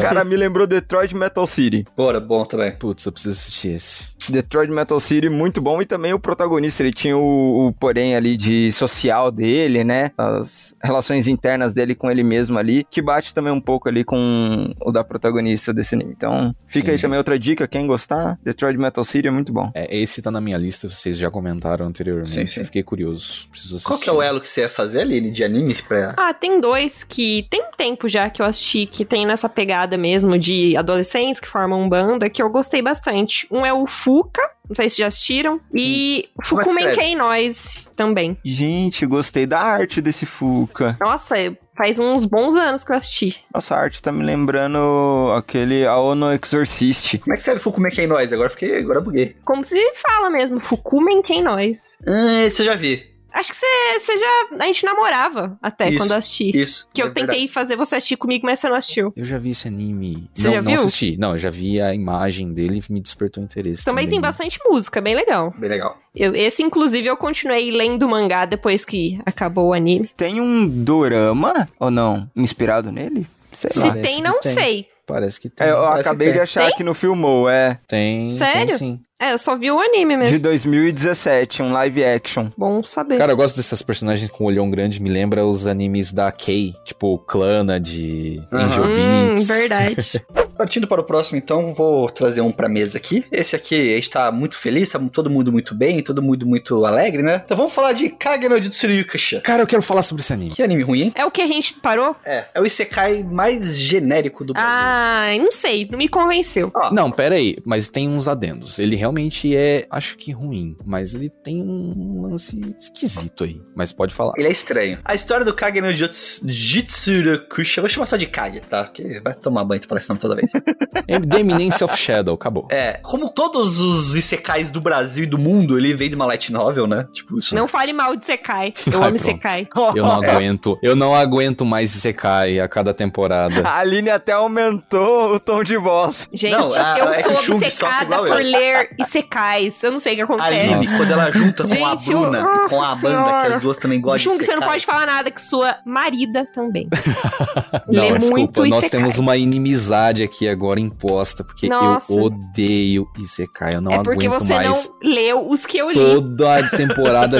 Cara, me lembrou Detroit Metal City.
Bora, bom também.
Putz, eu preciso assistir esse.
Detroit Metal City, muito bom. E também o protagonista, ele tinha o, o porém ali de social dele, né? As relações internas dele com ele mesmo ali, que bate também um pouco ali com o da protagonista desse anime. Então, fica
Sim.
aí também outra dica, quem gostar, Detroit Metal City é muito bom.
É, esse tá na minha lista, vocês já comentaram anteriormente.
Sim, sim.
Eu Fiquei curioso. Preciso assistir.
Qual que é o elo que você ia fazer, Aline, de anime pra...
Ah, tem dois que tem tempo já que eu assisti, que tem nessa pegada mesmo de adolescentes que formam banda, que eu gostei bastante. Um é o Fuca, não sei se já assistiram, e
Como é que
Fukumen
escreve?
Kei Noise também.
Gente, gostei da arte desse Fuca.
Nossa, faz uns bons anos que eu assisti.
Nossa, a arte tá me lembrando aquele Aono Exorcist.
Como é que serve Fukumen Ken Noise? Agora fiquei, agora buguei.
Como se fala mesmo, Fukumen Kei Noise.
Ah, isso eu já vi.
Acho que você você já. A gente namorava até
Isso,
quando eu assisti.
Isso.
Que
é
eu tentei
verdade.
fazer você assistir comigo, mas você não assistiu.
Eu já vi esse anime.
Você
não,
já
não
viu?
assisti. Não, eu já vi a imagem dele e me despertou interesse.
Também tem bastante música, é bem legal.
Bem legal.
Eu- esse, inclusive, eu continuei lendo o mangá depois que acabou o anime.
Tem um dorama, ou não, inspirado nele? Sei
Se
lá.
Parece
tem,
que
não
tem.
sei.
Parece que tem.
É, eu
Parece que
acabei de
tem.
achar
Tem?
que não filmou, é.
Tem,
Sério?
tem sim.
É, eu só vi o anime mesmo.
De 2017, um live action.
Bom saber.
Cara, eu gosto dessas personagens com olhão grande, me lembra os animes da Kei, tipo Clana de
Aham.
Angel
hum,
Beats.
verdade.
Partindo para o próximo, então, vou trazer um para mesa aqui. Esse aqui a gente tá muito feliz, tá todo mundo muito bem, todo mundo muito alegre, né? Então vamos falar de Kageno de Tsuruyukasha.
Cara, eu quero falar sobre esse anime.
Que anime ruim, hein?
é o que a gente parou?
É, é o Isekai mais genérico do Brasil.
Ah, não sei, não me convenceu.
Ó,
Não, pera aí, mas tem uns adendos. Ele realmente é, acho que ruim, mas ele tem um lance esquisito aí. Mas pode falar.
Ele é estranho. A história do Kage no Jutsu- Jitsurokusha, eu vou chamar só de Kage, tá? Porque vai tomar banho pra falar esse nome toda vez.
É The Eminence of Shadow, acabou.
É, como todos os isekais do Brasil e do mundo, ele vem de uma light novel, né? Tipo, isso.
Não fale mal de Sekai. Eu
Ai,
amo
pronto.
Sekai.
Eu não aguento, eu não aguento mais Isekai a cada temporada.
A Aline até aumentou o tom de voz.
Gente,
Não, a-
eu
é que o
sou
Chung sofre
obcecada
igual eu.
por ler Isekais. Eu não sei o que
A
acontece.
Aline,
Nossa.
quando ela junta com a
Gente, eu-
Bruna, e com a
Nossa
Amanda, que
Senhora.
as duas também gostam
Chung,
de
você não
isekai,
pode falar nada que sua marida também.
Não,
Lê
desculpa,
muito
nós
Isekai.
temos um uma inimizade aqui agora imposta, porque
Nossa.
eu odeio Isekai, eu não
é porque
aguento
você
mais.
não leu os que eu li.
Toda a temporada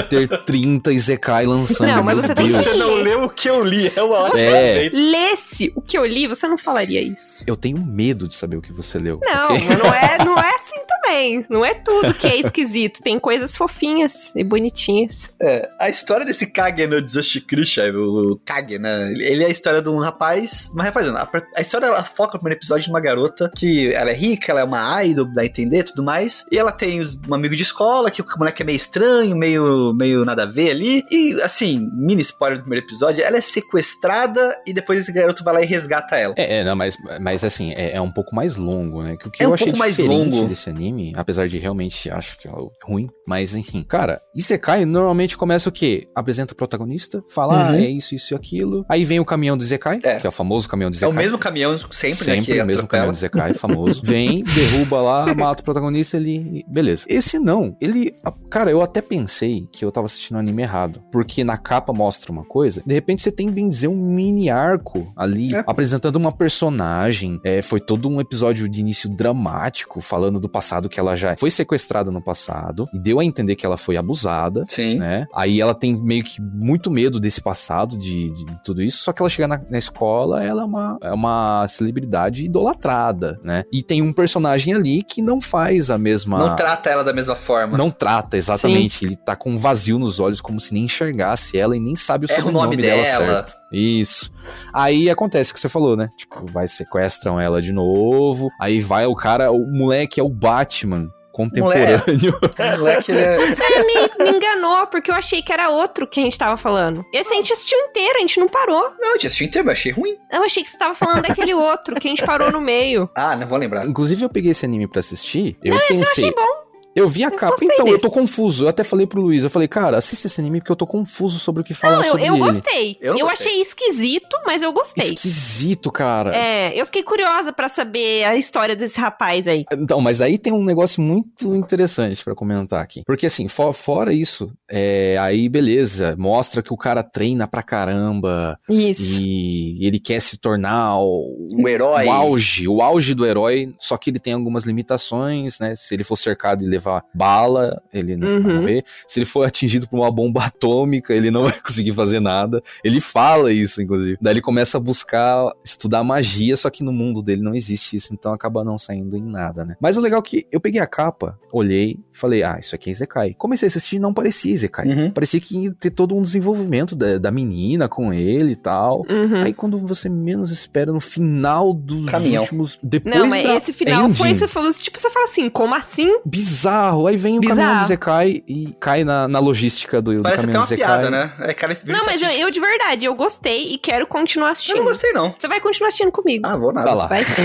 ter 30 Isekai lançando.
Não, mas
meu
você tá tem
Deus.
que
Você não leu o que eu li, é uma ótima
É.
Lesse o que eu li, você não falaria isso.
Eu tenho medo de saber o que você leu.
Não,
ok?
mas não é, não é assim também. Não é tudo que é esquisito. Tem coisas fofinhas e bonitinhas.
É, a história desse Kage no Jitsurokusha, o Kage, né? Ele- Ele é a história de um rapaz... Mas rapaz, não, a, a história ela foca no primeiro episódio de uma garota que ela é rica, ela é uma idol, dá a entender, tudo mais. E ela tem os- um amigo de escola, que o moleque é meio estranho, meio, meio nada a ver ali. E, assim, mini spoiler do primeiro episódio, ela é sequestrada e depois esse garoto vai lá e resgata ela.
É, é, não, mas, mas assim, é, é um pouco mais longo, né? Que o que
É
eu
um
achei
pouco mais
diferente
longo.
desse anime, apesar de realmente acho que é ruim, mas enfim, cara, Isekai normalmente começa o quê? Apresenta o protagonista, fala,
Uhum.
ah, é isso, isso e aquilo. Aí vem o caminhão do Isekai,
É.
que é o famoso caminhão do
É
Isekai.
o mesmo caminhão sempre, né?
Sempre
que
o mesmo caminhão
atropela.
do Zekai, famoso. Vem, derruba lá, mata o protagonista, ele... Beleza. Esse não, ele... Cara, eu até pensei que eu tava assistindo o anime errado. Porque na capa mostra uma coisa, de repente você tem, bem dizer, um mini arco ali,
É.
apresentando uma personagem. É, foi todo um episódio de início dramático, falando do passado, que ela já foi sequestrada no passado, e deu a entender que ela foi abusada
Sim.
né? Aí ela tem meio que muito medo desse passado, de, de- de tudo isso. Só que ela chega na, na escola, ela é uma, é uma celebridade idolatrada, né? E tem um personagem ali que não faz a mesma.
Não trata ela da mesma forma.
não trata, exatamente. Ele tá com um vazio nos olhos, como se nem enxergasse ela e nem sabe é o
Erra o
sobrenome
nome
dela,
dela.
certo. Isso. Aí acontece o que você falou, né? Tipo, vai, sequestram ela de novo. Aí vai o cara, o moleque é o Batman. contemporâneo.
O moleque, ele é...
Você me, me enganou, porque eu achei que era outro que a gente tava falando. Esse a gente assistiu inteiro, a gente não parou.
Não, eu tinha assistido inteiro, mas achei ruim.
Eu achei que você tava falando daquele outro, que a gente parou no meio.
Ah, não vou lembrar.
Inclusive, eu peguei esse anime pra assistir. Eu
Eu achei
pensei.
bom.
Eu vi a capa.
gostei
Então, eu
desse.
tô confuso. Eu até falei pro Luiz. Eu falei, cara, assista esse anime porque eu tô confuso sobre o que falar
Não, eu,
sobre
eu
ele.
gostei.
Eu
Eu,
não gostei.
achei esquisito, mas eu gostei.
Esquisito, cara.
É, eu fiquei curiosa pra saber a história desse rapaz aí.
Então, mas aí tem um negócio muito interessante pra comentar aqui. Porque assim, fo- fora isso, é, aí beleza, mostra que o cara treina pra caramba
Isso.
e ele quer se tornar o,
O herói.
o auge, o auge do herói, só que ele tem algumas limitações, né? Se ele for cercado e levar bala, ele não vai
Uhum.
morrer. Se ele for atingido por uma bomba atômica, ele não vai conseguir fazer nada. Ele fala isso, inclusive. Daí ele começa a buscar estudar magia, só que no mundo dele não existe isso, então acaba não saindo em nada, né? Mas o legal é que eu peguei a capa, olhei, falei, ah, isso aqui é Isekai. Comecei a assistir e não parecia Isekai.
Uhum.
Parecia que ia ter todo um desenvolvimento da, da menina com ele e tal.
Uhum.
Aí quando você menos espera no final dos
Caminhão.
últimos. Depois
Não, mas
da
esse final
ending,
foi, você falou, tipo, você fala assim, como assim?
bizarro. Aí vem o
Bizarro.
caminhão do Zekai e cai na, na logística do, do
Parece até
caminhão do
uma
Zekai.
piada, né? É, cara, vira
Não, mas eu,
fetiche.
eu de verdade, eu gostei e quero continuar
Eu
assistindo.
não gostei, não.
Você vai continuar assistindo comigo.
Ah, vou nada.
Tá lá.
Vai sim.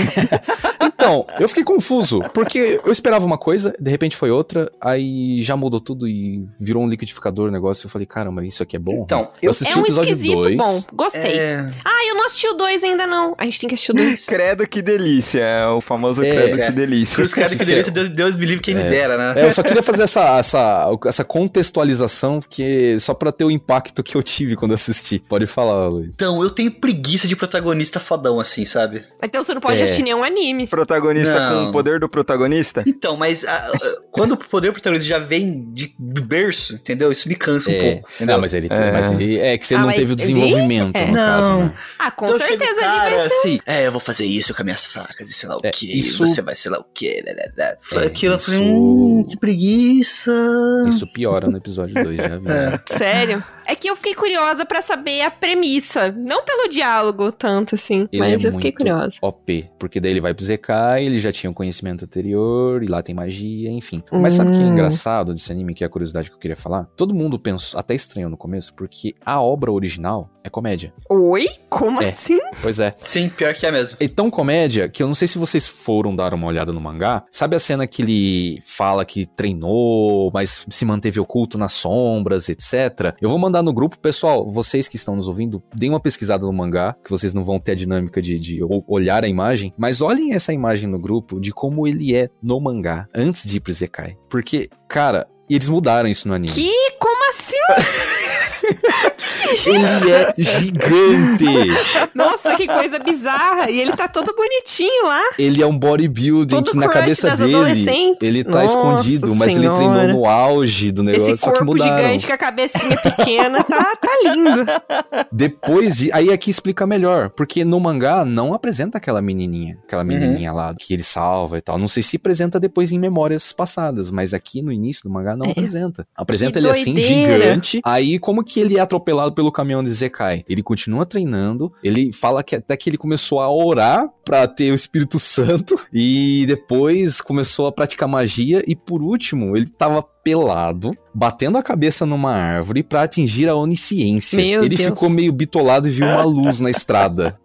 Então, eu fiquei confuso, porque eu esperava uma coisa, de repente foi outra, aí já mudou tudo e virou um liquidificador o negócio. Eu falei, caramba, isso aqui é bom?
Então, eu...
eu assisti
É
o
um
episódio
esquisito
2.
bom. Gostei.
É,
Ah, eu não assisti o 2 ainda não. A gente tem que assistir o 2.
Credo que delícia, é o famoso
É,
credo
é.
que delícia.
Cruz Credo que direito, Deus, Deus me livre quem me dera, né?
É, eu só queria fazer essa, essa, essa contextualização, porque só pra ter o impacto que eu tive quando assisti. Pode falar, Luiz.
Então, eu tenho preguiça de protagonista fodão, assim, sabe?
então você não pode
É.
assistir nenhum anime.
Protagonista
Não.
com o poder do protagonista?
Então, mas a- a- quando o poder protagonista já vem de berço, entendeu? Isso me cansa um
É.
pouco, entendeu?
Não, mas ele,
É.
mas ele- é que você
Ah,
não
mas
teve o
ele-
desenvolvimento,
É.
no caso,
Não.
né?
Ah, com
Então, chega
certeza
o
ele vai
cara,
ser. um-
assim, é, eu vou fazer isso com as minhas facas e sei lá o
É,
que,
isso-
você vai sei lá o que, né, né, né. Foi
É,
aquilo, eu falei,
isso-
hum, que preguiça.
Isso piora no episódio 2, já aviso.
Sério? É que eu fiquei curiosa pra saber a premissa. Não pelo diálogo tanto, assim.
Ele
mas
é
eu fiquei
muito
curiosa.
OP, porque daí ele vai pro ZK, ele já tinha um conhecimento anterior, e lá tem magia, enfim. Mas sabe o que é
Hum.
engraçado desse anime, que é a curiosidade que eu queria falar? Todo mundo pensou, até estranhou no começo, porque a obra original é comédia.
Oi? Como
É.
assim?
Pois é.
Sim, pior que é mesmo.
É tão comédia que eu não sei se vocês foram dar uma olhada no mangá. Sabe a cena que ele fala que treinou, mas se manteve oculto nas sombras, etc? Eu vou mandar no grupo. Pessoal, vocês que estão nos ouvindo, deem uma pesquisada no mangá, que vocês não vão ter a dinâmica de, de o- olhar a imagem. Mas olhem essa imagem no grupo de como ele é no mangá, antes de ir pro Zekai. Porque, cara, eles mudaram isso no anime.
Que? Como assim?
Ele é gigante!
Nossa, que coisa bizarra. E ele tá todo bonitinho lá.
Ele é um bodybuilding
Todo
que na
crush
cabeça
das
dele.
adolescentes.
Ele tá
Nossa
escondido, mas ele
Senhora.
treinou no auge do negócio.
Esse
só que
corpo
mudaram.
gigante com a cabecinha pequena tá, tá lindo.
Depois de. Aí aqui explica melhor. Porque no mangá não apresenta aquela menininha.
Uhum.
Aquela menininha lá que ele salva e tal. Não sei se apresenta depois em memórias passadas. Mas aqui no início do mangá não
É.
apresenta. Apresenta ele assim,
doideira.
gigante. Aí como que ele é atropelado pelo caminhão de Zekai? Ele continua treinando. Ele fala que até que ele começou a orar pra ter o Espírito Santo. E depois começou a praticar magia. E por último, ele tava pelado, batendo a cabeça numa árvore pra atingir a onisciência.
Meu
ele
Deus.
ficou meio bitolado e viu uma luz na estrada,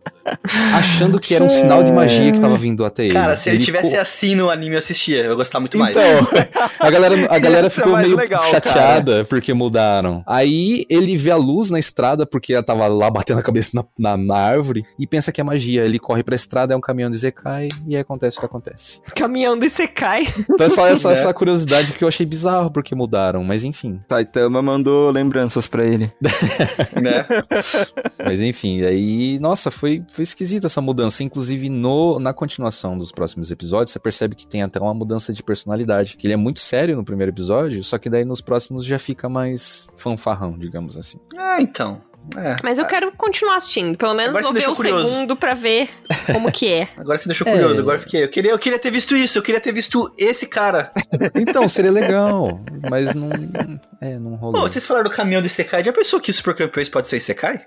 achando que era um sinal de magia que tava vindo até ele.
Cara, se ele, tivesse
co-
assim no anime, eu assistia, eu gostava muito mais.
então, a galera, a galera
Isso é
ficou
mais
meio
legal,
chateada porque mudaram. Aí ele vê a luz na estrada porque ela tava lá batendo a cabeça na, na- na árvore e pensa que é magia. Ele corre pra estrada, é um caminhão de Zekai e aí acontece o que acontece.
Caminhão do Isekai.
Então é só essa,
Né?
essa curiosidade que eu achei bizarro porque mudaram, mas enfim.
Saitama mandou lembranças pra ele.
né?
Mas enfim, aí, nossa, foi, foi esquisita essa mudança. Inclusive, no, na continuação dos próximos episódios, você percebe que tem até uma mudança de personalidade. Que ele é muito sério no primeiro episódio, só que daí nos próximos já fica mais fanfarrão, digamos assim.
Ah, então. É.
Mas eu quero continuar assistindo. Pelo menos
Agora
vou
você
ver o
deixou curioso.
segundo pra ver como que é.
Agora você deixou
É.
curioso, agora eu fiquei. Eu queria, eu queria ter visto isso, eu queria ter visto esse cara.
Então, seria legal, mas não. É, não rolou.
Pô, vocês falaram do caminhão do Isekai, já pensou que Super Campeões pode ser Isekai?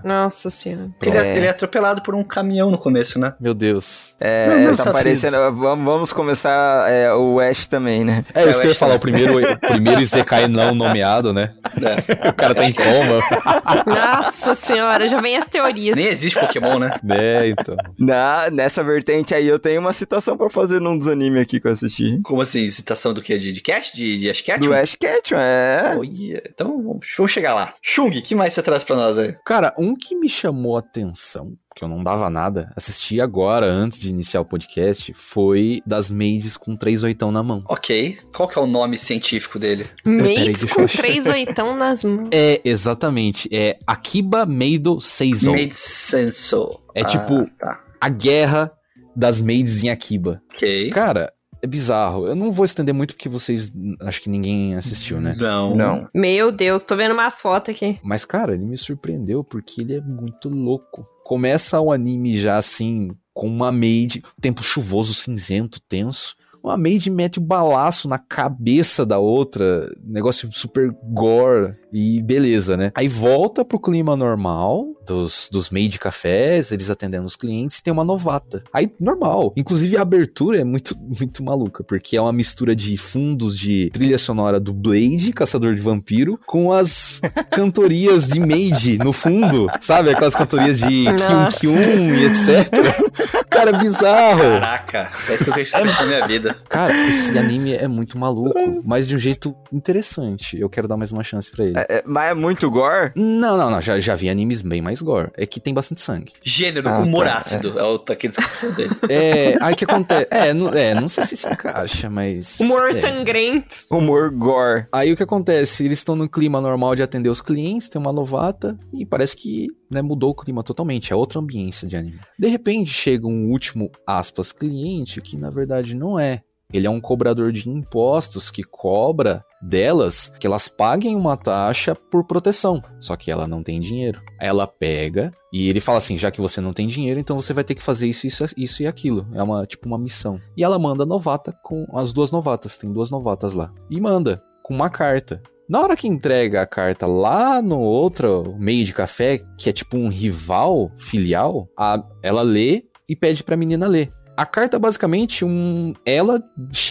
Nossa senhora.
Ele
É.
é, ele é atropelado por um caminhão no começo, né?
Meu Deus.
É,
Não, não,
tá
sabe
parecendo. Vamos, vamos começar é, o Ash também, né?
É, isso que eu ia
Ash
falar, o primeiro, o primeiro Isekai não nomeado, né? o cara tá em coma.
Nossa senhora, já vem as teorias.
Nem existe Pokémon, né?
É, então.
Na, nessa vertente aí, eu tenho uma citação pra fazer num dos animes aqui que eu assisti.
Como assim, citação do que? De, de Cash? De, de Ash Ketchum?
Do Ash Ketchum, é.
Oh, yeah. Então vamos, vamos chegar lá. Chung, o que mais você traz pra nós aí?
Cara, um que me chamou a atenção, que eu não dava nada, assisti agora, antes de iniciar o podcast, foi das maids com três oitão na mão.
Ok, qual que é o nome científico dele?
peraí,
Meios
deixa
com
eu achar.
três oitão nas mãos.
É, exatamente. É Akiba Meido Seizou.
Made Senso.
É tipo-
Tá.
A guerra das maids em Akiba.
Ok.
Cara, é bizarro. Eu não vou estender muito porque vocês. Acho que ninguém assistiu, né?
Não.
Não.
Meu Deus, tô vendo umas fotos aqui.
Mas, cara, ele me surpreendeu porque ele é muito louco. Começa o anime já assim, com uma maid, tempo chuvoso, cinzento, tenso. Uma maid mete o balaço na cabeça da outra, negócio super gore e beleza, né? Aí volta pro clima normal dos, dos maid cafés, eles atendendo os clientes, e tem uma novata. Aí, normal. Inclusive, a abertura é muito, muito maluca, porque é uma mistura de fundos de trilha sonora do Blade, Caçador de Vampiro, com as cantorias de Made no fundo, sabe? Aquelas cantorias de Kyun
Nossa.
Kyun e etc. Cara, é bizarro.
Caraca, é isso que eu quero fazer na minha vida.
Cara, esse anime é muito maluco, mas de um jeito interessante. Eu quero dar mais uma chance pra ele.
É, mas é muito gore?
Não, não, não. Já, já vi animes bem mais gore. É que tem bastante sangue.
Gênero,
Ah,
humor
tá,
ácido. É, o tá aqui a descrição dele.
É, aí que acontece. É, não, é, não sei se se encaixa, mas.
Humor
é.
sangrento.
Humor gore.
Aí o que acontece? Eles estão no clima normal de atender os clientes, tem uma novata, e parece que né, mudou o clima totalmente, é outra ambiência de anime. De repente chega um último, aspas, cliente, que na verdade não é. Ele é um cobrador de impostos que cobra delas que elas paguem uma taxa por proteção. Só que ela não tem dinheiro. Ela pega e ele fala assim: já que você não tem dinheiro, então você vai ter que fazer isso, isso, isso e aquilo. É uma tipo uma missão. E ela manda a novata com as duas novatas, tem duas novatas lá. E manda com uma carta. Na hora que entrega a carta lá no outro meio de café, que é tipo um rival filial, a- ela lê e pede pra menina ler. A carta é basicamente um ela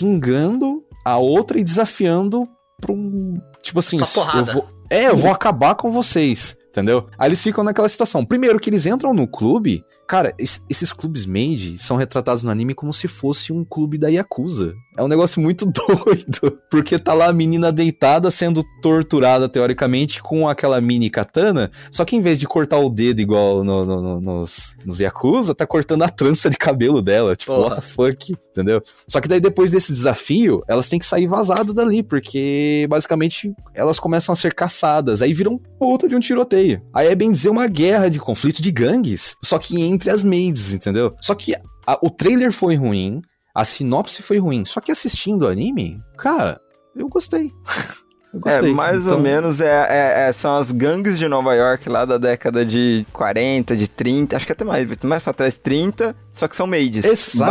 xingando a outra e desafiando pra um tipo assim,
Uma
"Se- eu
porrada.
vou é, eu vou acabar com vocês, entendeu? Aí eles ficam naquela situação. Primeiro que eles entram no clube, cara, es- esses clubes made são retratados no anime como se fosse um clube da Yakuza. É um negócio muito doido, porque tá lá a menina deitada sendo torturada teoricamente com aquela mini katana, só que em vez de cortar o dedo igual no- no- no- nos, nos Yakuza, tá cortando a trança de cabelo dela, tipo,
Porra.
what the fuck, entendeu? Só que daí depois desse desafio, elas têm que sair vazado dali, porque basicamente elas começam a ser caçadas, aí viram puta de um tiroteio. Aí é bem dizer uma guerra de conflito de gangues, só que entre as maids, entendeu? Só que a- o trailer foi ruim, a sinopse foi ruim, só que assistindo o anime, cara, eu gostei. eu gostei.
é, mais ou
Então,
menos é, é- é- são as gangues de Nova York lá da década de 40, de 30, acho que até mais, mais pra trás, 30, só que são maids.
Exato.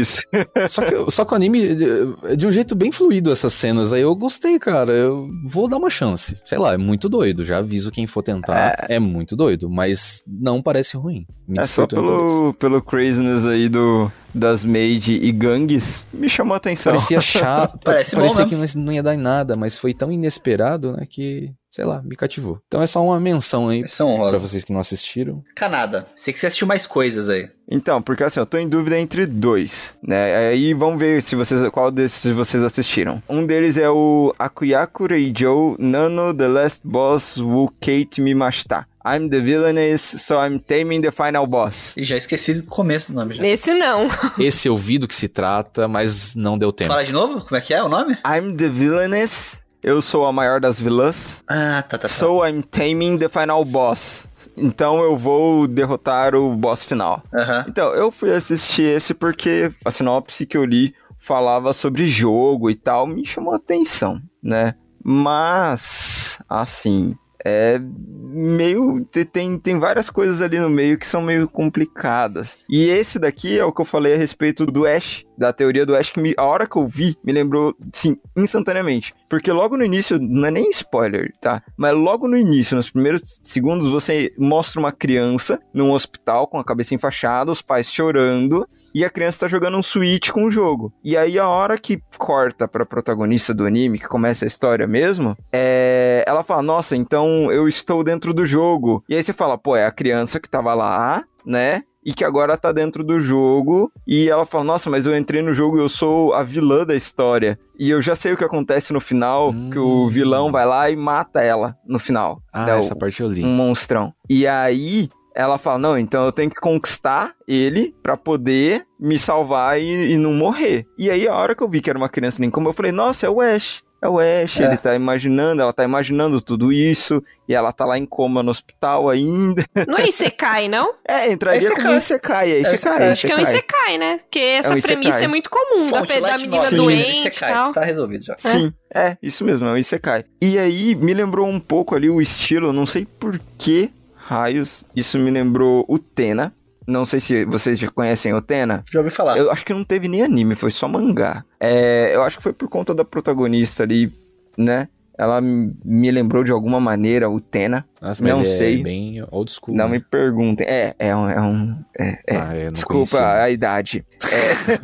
isso.
Só que, só que o anime, eh, de um jeito bem fluido essas cenas aí, eu gostei, cara. Eu vou dar uma chance. Sei lá, é muito doido. Já aviso quem for tentar. É, muito doido, mas não parece ruim. Me
É só
despertou interesse.
pelo, pelo craziness aí do, das maid e gangues, me chamou a atenção.
Parecia chato,
Parece bom
parecia que não- não ia dar em nada, mas foi tão inesperado, né, que, sei lá, me cativou. Então é só uma menção aí
São
pra
honrosas.
vocês que não assistiram.
Canada, sei que você assistiu mais coisas aí.
Então, porque assim, eu tô em dúvida entre dois, né? Aí vamos ver se vocês, qual desses vocês assistiram. Um deles é o Akuyaku Reijo Nano The Last Boss Will Kate Mimashita. I'm the villainess, so I'm taming the final boss.
E já esqueci do começo do nome já.
Nesse não.
Esse eu vi do que se trata, mas não deu tempo.
Fala de novo? Como é que é o nome?
I'm the villainess, eu sou a maior das vilãs,
Ah, tá, tá, tá.
so I'm taming the final boss. Então eu vou derrotar o boss final.
Aham.
Então, eu fui assistir esse porque a sinopse que eu li falava sobre jogo e tal, me chamou a atenção, né? Mas, assim, é meio te- tem, tem várias coisas ali no meio que são meio complicadas. E esse daqui é o que eu falei a respeito do Ash, da teoria do Ash que me- a hora que eu vi me lembrou sim, instantaneamente, porque logo no início não é nem spoiler, tá? Mas logo no início, nos primeiros segundos você mostra uma criança num hospital com a cabeça enfaixada, os pais chorando e a criança tá jogando um Switch com o jogo. E aí a hora que corta pra protagonista do anime, que começa a história mesmo, é... ela fala, nossa, então eu estou dentro do jogo. E aí você fala, pô, é a criança que tava lá, né? E que agora tá dentro do jogo. E ela fala, nossa, mas eu entrei no jogo e eu sou a vilã da história. E eu já sei o que acontece no final,
Hum.
que o vilão vai lá e mata ela no final.
Ah,
Né, o-
essa parte eu li.
um monstrão. E aí ela fala: Não, então eu tenho que conquistar ele pra poder me salvar e, e não morrer. E aí, a hora que eu vi que era uma criança nem como, eu falei: Nossa, é o Ash. É o Ash,
É.
ele tá imaginando, ela tá imaginando tudo isso, e ela tá lá em coma no hospital ainda.
Não é Isekai, não?
É, entraria
Isekai.
como Isekai, é Isekai, é
Isekai.
Acho que é um
Isekai.
Isekai, né? Porque essa
um
premissa
Isekai.
é muito comum da, pe- da
Light
menina
Novel,
doente e
Isekai,
tal.
Tá resolvido já.
É.
Sim, é, isso mesmo, é um Isekai. E aí me lembrou um pouco ali o estilo, não sei por que raios, isso me lembrou o Tena. Não sei se vocês já conhecem o Tena.
Já ouvi falar.
Eu acho que não teve nem anime, foi só mangá. É, eu acho que foi por conta da protagonista ali, né? Ela m- me lembrou de alguma maneira o Tena.
Nossa, mas
Não
ele é
sei.
bem old school.
Não
né?
me perguntem. É, é um. é um- é- é.
Ah, eu não
Desculpa
conhecia.
a idade.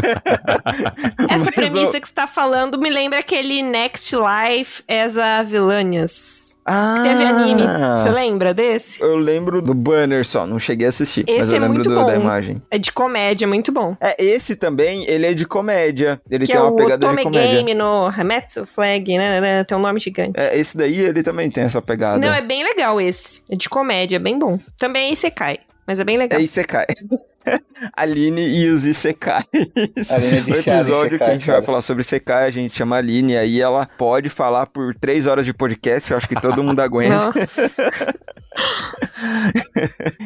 É.
Essa
Mas
premissa
eu-
que você tá falando me lembra aquele Next Life as a Villainous.
Ah,
Teve anime. Você lembra desse?
Eu lembro do banner só, não cheguei a assistir. mas
Esse
eu
é
lembro
muito
do- da
bom.
imagem.
É de comédia, muito bom.
É, esse também, ele é de comédia. Ele
que
tem
é
uma
o
pegada de
Otome
comédia.
Game no Hametsu Flag, né, né? né, Tem um nome gigante.
É, esse daí, ele também tem essa pegada.
Não, é bem legal esse. É de comédia, é bem bom. Também é Isekai, mas é bem legal.
É Isekai. Aline e os Isekais.
Aline é
no
viciada em
episódio que a
Isekai,
gente vai
cara.
falar sobre Isekai, a gente chama a Aline, e aí ela pode falar por três horas de podcast, eu acho que todo mundo aguenta.
Nossa.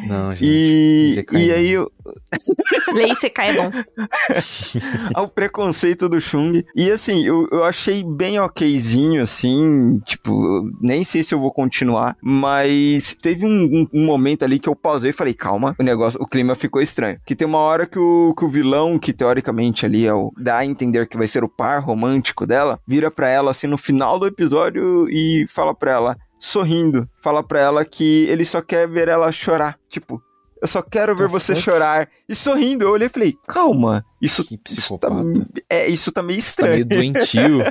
Não, gente.
E,
Isekai
e
não.
aí, o-
Lei Isekai é bom.
ao preconceito do Chung. E assim, eu, eu achei bem okzinho, assim. Tipo, eu nem sei se eu vou continuar. Mas teve um, um- um momento ali que eu pausei e falei, calma, o negócio, o clima ficou estranho. Que tem uma hora que o, que o vilão, que teoricamente ali é o. dá a entender que vai ser o par romântico dela, vira pra ela assim no final do episódio e fala pra ela. Sorrindo, fala pra ela que ele só quer ver ela chorar. Tipo, eu só quero ver
The
você
fuck?
chorar. E sorrindo, eu olhei e falei, calma, isso
Que
isso tá,
psicopata.
é, isso tá meio
Tá
estranho.
meio doentio.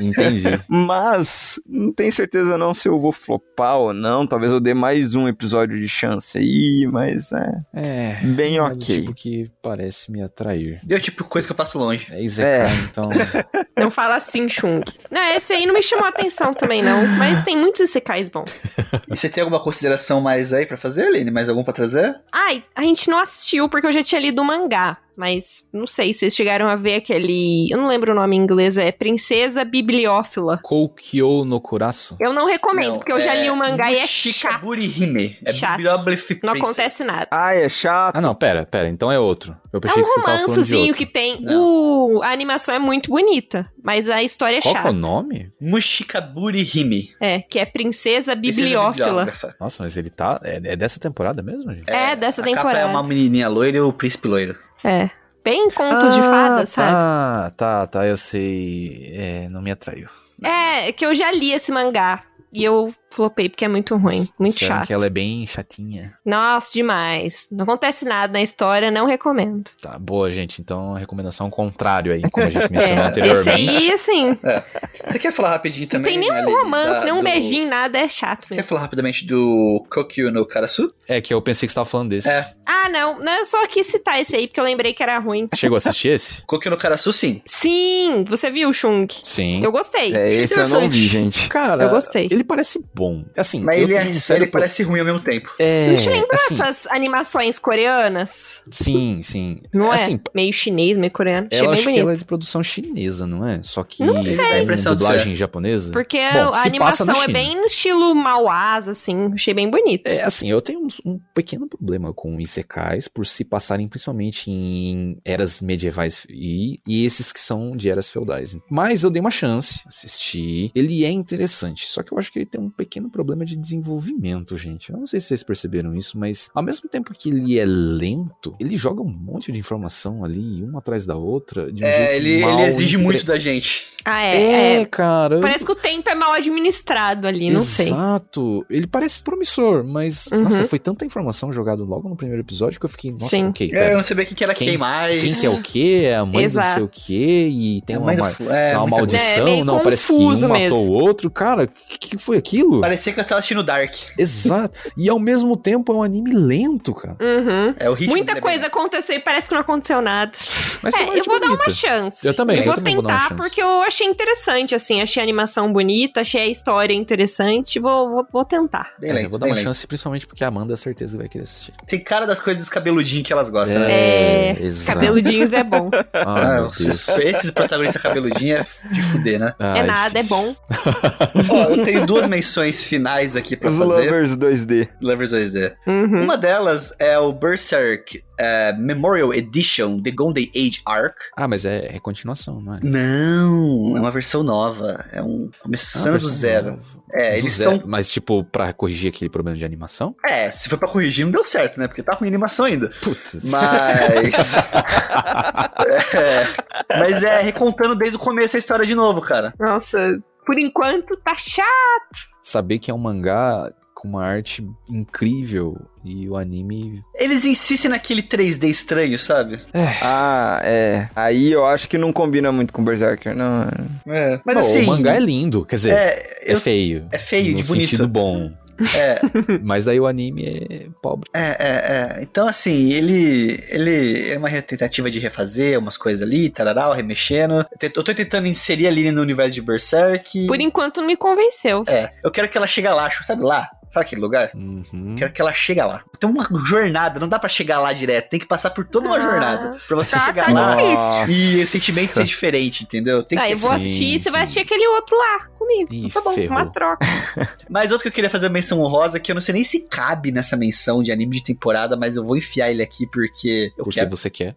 Entendi.
Mas não tenho certeza não se eu vou flopar ou não. Talvez eu dê mais um episódio de chance aí, mas é
É.
bem
é do
ok.
Tipo que parece me atrair.
Deu tipo coisa que eu passo longe.
É Isekai, então.
Não fala assim, Chung. Não, esse aí não me chamou a atenção também, não. Mas tem muitos Isekais bons.
E você tem alguma consideração mais aí pra fazer, Aline? Mais algum pra trazer?
Ai, a gente não assistiu porque eu já tinha lido o mangá. Mas não sei se vocês chegaram a ver aquele. Eu não lembro o nome em inglês, é Princesa Bibliófila.
Koukyo no Kuraço?
Eu não recomendo,
Não,
porque eu já li o mangá e é
Mushika
chato.
Burihime. É
Chato.
Bibliography
Não
Princess.
acontece nada.
Ah, é chato.
Ah, não, pera, pera. Então é outro. Eu
É
pensei
um
que você tava falando de
romancezinho
outro.
que tem.
Não.
O- a animação é muito bonita, mas a história é
Qual que é o
chata.
nome?
Mushika Burihime.
É, que é
Princesa
Princesa Bibliófila.
bibliógrafa.
Nossa, mas ele tá. É, é dessa temporada mesmo, gente?
É, dessa
A capa é
temporada.
uma menininha loira e o príncipe loiro.
É. Bem contos de
fadas,
fadas, sabe?
Ah, Tá, tá, tá, eu sei. É, não me atraiu.
É, que eu já li esse mangá. E eu flopei porque é muito ruim, muito
Disseram
chato.
que ela é bem chatinha.
Nossa, demais. Não acontece nada na história, não recomendo.
Tá, boa, gente. Então, a recomendação é o contrário aí, como a gente mencionou
É,
Esse
anteriormente.
aí, assim,
Você quer falar rapidinho
não
também?
tem nenhum
Aline,
romance,
da-
nenhum
do-
beijinho, nada, é chato
Você quer
mesmo.
falar rapidamente do Kokyu no Karasu?
É que eu pensei que você tava falando desse.
É.
Ah, não, não, eu só quis citar esse aí porque eu lembrei que era ruim.
Chegou a assistir esse?
Kokyu no Karasu, sim.
Sim, você viu, Chung?
Sim.
Eu gostei.
É, esse eu não vi, gente.
Cara,
Eu gostei.
Ele parece bom. Assim,
Mas
eu
ele, é,
tenho um sério
ele parece ruim ao mesmo tempo.
É,
Não te lembra
assim,
essas animações coreanas?
Sim, sim.
Não é?
assim,
Meio chinês, meio coreano. Achei
ela
bem
acho que
bonito.
ela é de produção chinesa, não é? Só que
Não
sei. Dá a
é uma
impressão de
dublagem japonesa.
Porque
Bom,
a
se passa
animação
na
é
China.
bem no estilo Mauás, assim. Achei bem bonito.
É, assim, eu tenho um, um pequeno problema com isekais por se passarem principalmente em eras medievais e, e esses que são de eras feudais. Mas eu dei uma chance, assisti. Ele é interessante, só que eu acho que ele tem um pequeno problema de desenvolvimento, gente. Eu não sei se vocês perceberam isso, mas ao mesmo tempo que ele é lento, ele joga um monte de informação ali, uma atrás da outra, de um jeito
É, ele,
mal
ele exige
entre-
muito da gente.
Ah, é.
É,
é.
cara.
Parece que o tempo é mal administrado ali, não sei.
Exato. Ele parece promissor, mas
Uhum.
nossa, foi tanta informação jogada logo no primeiro episódio que eu fiquei, nossa,
Sim.
ok,
É, eu
pera.
não sabia quem que era quem,
Quem-
mais.
Quem que é o quê? É a mãe do não sei
Exato.
o quê? E tem
É,
uma,
mas-
ma-
é,
tem
muita
uma
coisa.
maldição?
É, meio
não, parece que um
confuso
matou
mesmo.
o outro. Cara, o que, que foi aquilo?
Parecia que eu tava assistindo Dark.
Exato. E ao mesmo tempo é um anime lento, cara.
Uhum.
É o ritmo dele
Muita
é
coisa
bem-
aconteceu e parece que não aconteceu nada.
Mas tem
É,
uma
eu
arte
vou dar uma
bonita.
chance.
Eu também,
Eu,
eu
vou
também vou dar uma
tentar,
chance.
porque eu achei interessante, assim. Achei a animação bonita, achei a história interessante. Vou, vou, vou tentar.
Bem
É,
lento,
eu vou dar
bem
uma
lento.
chance, principalmente porque a Amanda, certeza, vai querer assistir.
Tem cara das coisas dos cabeludinhos que elas gostam, né?
É,
exato.
Cabeludinhos é bom.
Ah,
Ah,
meu
esses,
Deus.
esses protagonistas cabeludinhos é de fuder, né?
Ah,
é nada, é
difícil.
bom.
Ó, eu tenho duas menções finais aqui pra
Os
fazer.
Lovers 2D.
Lovers 2D.
Uhum.
Uma delas é o Berserk eh, Memorial Edition The Golden Age Arc.
Ah, mas é, é continuação, não é?
Não, é uma versão nova. É um.
Ah,
Começando do zero. É, eles estão.
Mas, tipo, pra corrigir aquele problema de animação?
É, se for pra corrigir, não deu certo, né? Porque tá ruim a animação ainda.
Putz.
Mas. é, mas é, recontando desde o começo a história de novo, cara.
Nossa, por enquanto tá chato.
Saber que é um mangá com uma arte incrível e o anime.
Eles insistem naquele 3D estranho, sabe?
Ah, é. Aí eu acho que não combina muito com Berserker, não.
É. Mas
Não,
assim.
o mangá é lindo, quer dizer, é,
é, eu-
feio.
é feio,
no
de bonito.
sentido bom.
É,
Mas daí o anime é pobre.
é, é, é. Então, assim, ele. Ele é uma re- tentativa de refazer umas coisas ali, tararau, remexendo. Eu tento- eu tô tentando inserir a Lily no universo de Berserk.
Por enquanto não me convenceu.
É, eu quero que ela chegue lá, sabe lá? Sabe aquele lugar?
Uhum.
Quero que ela chegue lá. Tem uma jornada, não dá pra chegar lá direto, tem que passar por toda uma
Ah,
jornada pra você
tá,
chegar
tá
lá.
difícil.
E o sentimento ser diferente, entendeu? Tem que
Ah,
ter
eu vou
esse-
assistir e você
sim.
vai assistir aquele outro lá comigo.
Ih,
Então tá bom,
ferrou.
uma troca.
Mas outro que eu queria fazer menção honrosa, que eu não sei nem se cabe nessa menção de anime de temporada, mas eu vou enfiar ele aqui porque eu
Porque
quero.
você quer.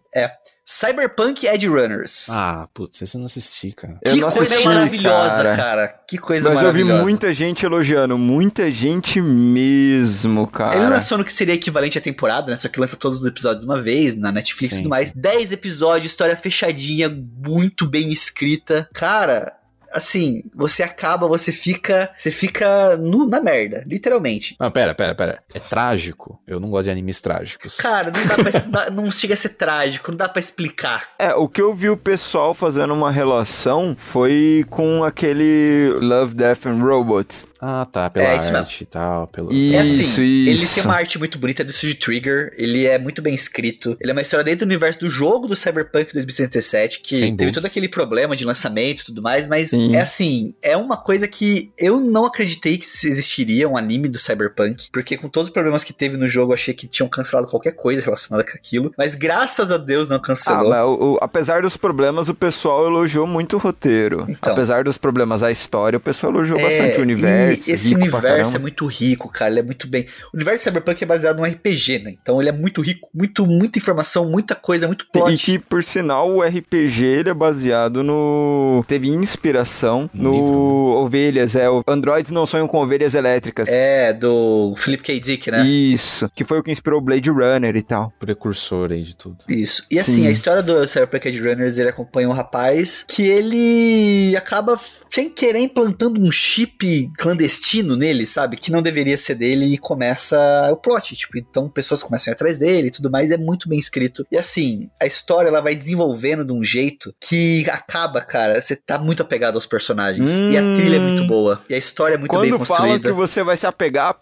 Cyberpunk Edge Runners.
Ah, putz, esse eu não assisti, cara.
eu
que
não
coisa
assisti,
maravilhosa, cara.
cara.
Que coisa
Mas eu vi
maravilhosa.
muita gente elogiando, muita gente mesmo, cara.
Ele lançou no que seria equivalente à temporada, né? Só que lança todos os episódios de uma vez, na Netflix e
Sim,
tudo mais. Dez episódios, história fechadinha, muito bem escrita. Cara, assim, você acaba, você fica. Você fica nu- na merda, literalmente.
Ah, pera, pera, pera. É trágico? Eu não gosto de animes trágicos.
Cara, não dá pra. não chega a ser trágico, não dá pra explicar.
É, o que eu vi o pessoal fazendo uma relação foi com aquele Love, Death and Robots.
Ah, tá, pela
É, isso mesmo.
arte e tal, pelo...
E-
É assim,
Isso,
ele
isso.
tem uma arte muito bonita do Studio Trigger, ele é muito bem escrito, ele é uma história dentro do universo do jogo do Cyberpunk 2077, que
Sem
teve
bugs.
todo aquele problema de lançamento e tudo mais, mas
Sim.
é assim, é uma coisa que eu não acreditei que existiria um anime do Cyberpunk, porque com todos os problemas que teve no jogo, eu achei que tinham cancelado qualquer coisa relacionada com aquilo, mas graças a Deus não
Ah,
cancelou.
mas o- o- apesar dos problemas, o pessoal elogiou muito o roteiro.
Então.
Apesar dos problemas, a história, o pessoal elogiou
É,
bastante o universo.
E esse
rico pra
universo
caramba.
é muito rico, cara. Ele é muito bem. O universo Cyberpunk é baseado num RPG, né? Então ele é muito rico, muito, muita informação, muita coisa, muito plot.
E que, por sinal, o RPG ele é baseado no. Teve inspiração
Um
no
livro,
Ovelhas, é. o Androids não sonham com ovelhas elétricas.
né? É, do Philip K. Dick, né?
Isso. Que foi o que inspirou Blade Runner e tal.
Precursor aí de tudo.
Isso. E assim,
Sim.
a história do Cyberpunk Edge Runners, ele acompanha um rapaz que ele acaba, sem querer, implantando um chip clandestino nele, sabe? Que não deveria ser dele e começa o plot, tipo, então pessoas começam a ir atrás dele e tudo mais, é muito bem escrito. E assim, a história, ela vai desenvolvendo de um jeito que acaba, cara, você tá muito apegado aos personagens. E a
Hum.
trilha é muito boa. E a história é muito bem
Quando falam
construída.
que você vai se apegar a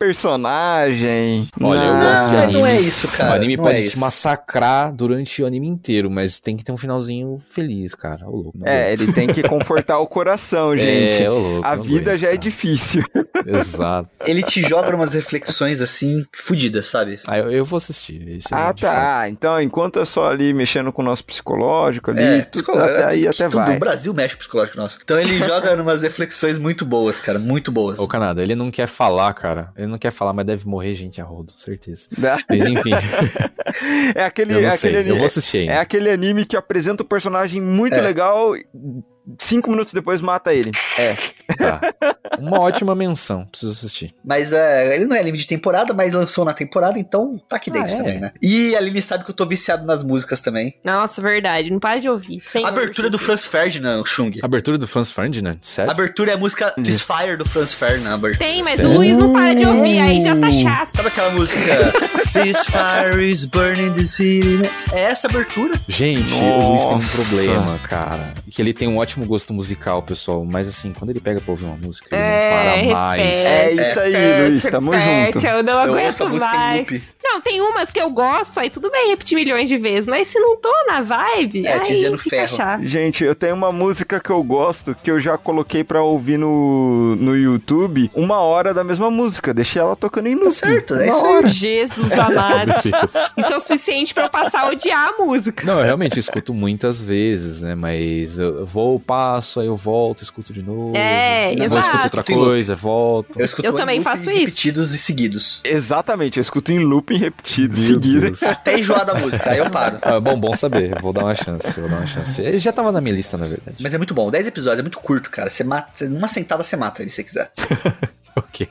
personagem.
Olha, eu
Não,
gosto de
mas
anime.
não é isso, cara,
O anime
não
pode
é
te
isso.
massacrar durante o anime inteiro, mas tem que ter um finalzinho feliz, cara. Ô, louco. não
É, ele tem que confortar o coração,
aguento.
gente.
É, ô, louco,
A
não
vida
aguento,
já é
cara.
difícil.
Exato.
Ele te joga umas reflexões, assim, fodidas, sabe?
Ah, eu, eu vou assistir. esse é
Ah,
de
tá.
fato.
Ah, Então, enquanto é só ali mexendo com o nosso psicológico ali,
É,
tu-
psicológico.
até aí até
tudo, O
vai.
Brasil mexe com o psicológico nosso. Então ele joga umas reflexões muito boas, cara. Muito boas.
Ô, Canadá, ele não quer falar, cara. Ele não quer falar, mas deve morrer gente a rodo, certeza.
Dá.
Mas enfim,
né? É aquele,
eu
é
não
aquele
sei.
ali-
Eu vou assistir ainda.
É aquele anime que apresenta um personagem muito
É.
legal, cinco minutos depois mata ele.
Tá. Uma ótima menção. Preciso assistir.
Mas é, ele não é anime de temporada, mas lançou na temporada, então tá aqui
Ah,
dentro
é?
também, né? E a Aline sabe que eu tô viciado nas músicas também.
Nossa, verdade. Não para de ouvir. Sem
Abertura do Franz Ferdinand, Chung.
Abertura do Franz Ferdinand? Sério?
Abertura é a música Desfire do Franz Ferdinand. abertura.
Tem, mas
Sério?
o Luiz não para de ouvir, aí já tá chato.
Sabe aquela música This fire is burning the city? né? É essa a abertura?
Gente, o Luiz tem um
Nossa.
problema, cara. Que ele tem um ótimo gosto musical, pessoal. Mas assim, quando ele pega pra ouvir uma música, ele não para mais.
É isso aí, Luiz. Tamo junto.
Eu não
eu
aguento
ouço a música em
mais.
loop.
Não, tem umas que eu gosto, aí tudo bem repetir milhões de vezes, mas se não tô na vibe,
É,
aí
dizendo
fica
ferro.
chato.
Gente, eu tenho uma música que eu gosto que eu já coloquei pra ouvir no, no YouTube uma hora da mesma música. Deixei ela tocando em loop.
certo, é
uma
isso aí.
hora.
Jesus amado.
Meu Deus.
Isso é o suficiente pra eu passar a odiar a música.
Não, eu realmente escuto muitas vezes, né? Mas eu vou, passo, aí eu volto, escuto de novo.
É,
Depois eu escuto
exato.
outra
Tem loop.
coisa, volto.
Eu, escuto
Eu
em
também
loop
faço isso.
Repetidos e seguidos.
Exatamente, eu escuto em looping repetido,
Meu
seguido.
Deus.
Até enjoar da música, aí eu paro.
Ah, bom, bom saber. Vou dar uma chance, vou dar uma chance. Ele já tava na minha lista, na verdade.
Mas é muito bom, 10 episódios, é muito curto, cara. Você mata, você- numa sentada você mata ele se quiser.
Ok.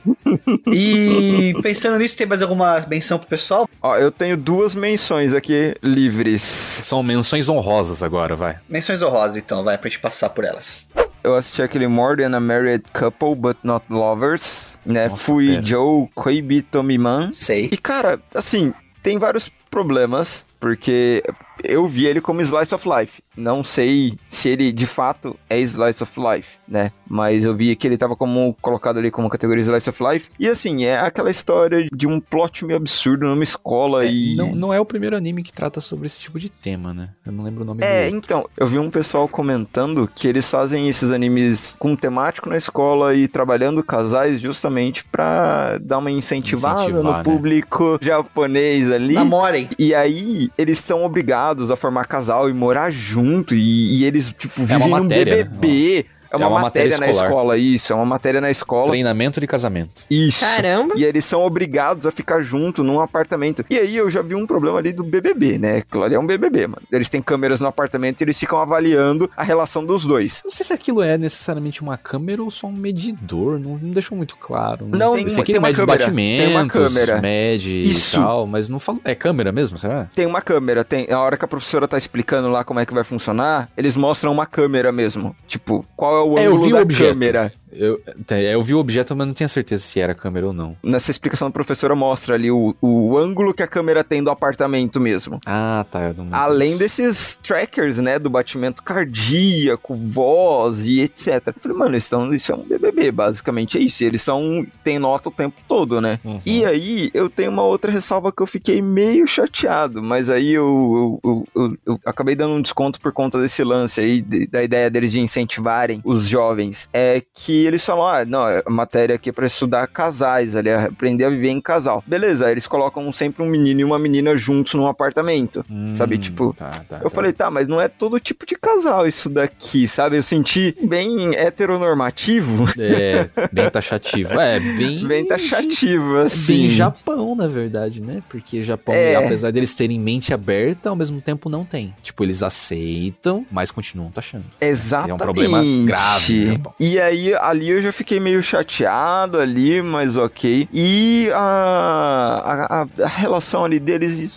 E pensando nisso, tem mais alguma menção pro pessoal?
Ó, eu tenho duas menções aqui livres.
São menções honrosas agora, vai.
Menções honrosas, então, vai, pra gente passar por elas.
Eu assisti aquele More Than a Married Couple, But Not Lovers, né?
Nossa,
Fui
pera.
Joe Koibi Tomiman.
Sei.
E, cara, assim, tem vários problemas, porque eu vi ele como Slice of Life. Não sei se ele, de fato, é Slice of Life, né? Mas eu vi que ele tava como, colocado ali como categoria Slice of Life. E, assim, é aquela história de um plot meio absurdo numa escola e...
Não, não é o primeiro anime que trata sobre esse tipo de tema, né? Eu não lembro o nome
É,
dele.
então, eu vi um pessoal comentando que eles fazem esses animes com temático na escola e trabalhando casais justamente pra dar uma incentivada
Incentivar,
no
né?
público japonês ali.
Namorem.
E aí, eles são obrigados a formar casal e morar junto. E, e eles, tipo,
É uma
vivem num
matéria, né?
BBB. É uma, matéria, na
escolar.
escola, isso. É uma matéria na escola.
Treinamento de casamento.
Isso.
Caramba.
E eles são obrigados a ficar junto num apartamento. E aí eu já vi um problema ali do BBB, né? Claro, ali é um BBB, mano. Eles têm câmeras no apartamento e eles ficam avaliando a relação dos dois.
Não sei se aquilo é necessariamente uma câmera ou só um medidor, não, não deixou muito claro. né?
Não,
Eu
tem-
sei que
tem
ele
uma
mede os
câmera,
batimentos,
tem uma câmera.
mede
Isso.
e tal, mas não falo. É câmera mesmo, será?
Tem uma câmera, tem. A hora que a professora tá explicando lá como é que vai funcionar, eles mostram uma câmera mesmo. Tipo, qual é o
É, eu
ângulo
vi o
da
objeto.
câmera?
Eu, tem- eu vi o objeto, mas não tinha certeza se era câmera ou não.
Nessa explicação a professora mostra ali o, o ângulo que a câmera tem do apartamento mesmo.
Ah, tá. Eu não lembro
Além
disso.
desses trackers, né? Do batimento cardíaco, voz e etc. Eu falei, mano, eles tão, isso é um BBB, basicamente é isso. Eles são. Tem nota o tempo todo, né?
Uhum.
E aí, eu tenho uma outra ressalva que eu fiquei meio chateado, mas aí eu, eu- eu- eu- eu acabei dando um desconto por conta desse lance aí, de- da ideia deles de incentivarem os jovens. É que eles falam, ah, não, a matéria aqui é pra estudar casais, ali, aprender a viver em casal. Beleza, aí eles colocam sempre um menino e uma menina juntos num apartamento.
Hum,
sabe, tipo,
tá, tá,
Eu
tá.
falei, tá, mas não é todo tipo de casal isso daqui, sabe? Eu senti bem heteronormativo,
É, bem taxativo. É, bem. é
bem taxativo,
Bem
assim.
Japão, na verdade, né? Porque Japão,
É.
apesar deles terem mente aberta, ao mesmo tempo não tem. Tipo, eles aceitam, mas continuam taxando.
Exatamente.
É um problema grave né? no Japão.
E aí, ali eu já fiquei meio chateado ali, mas ok. E a, a, a relação ali deles,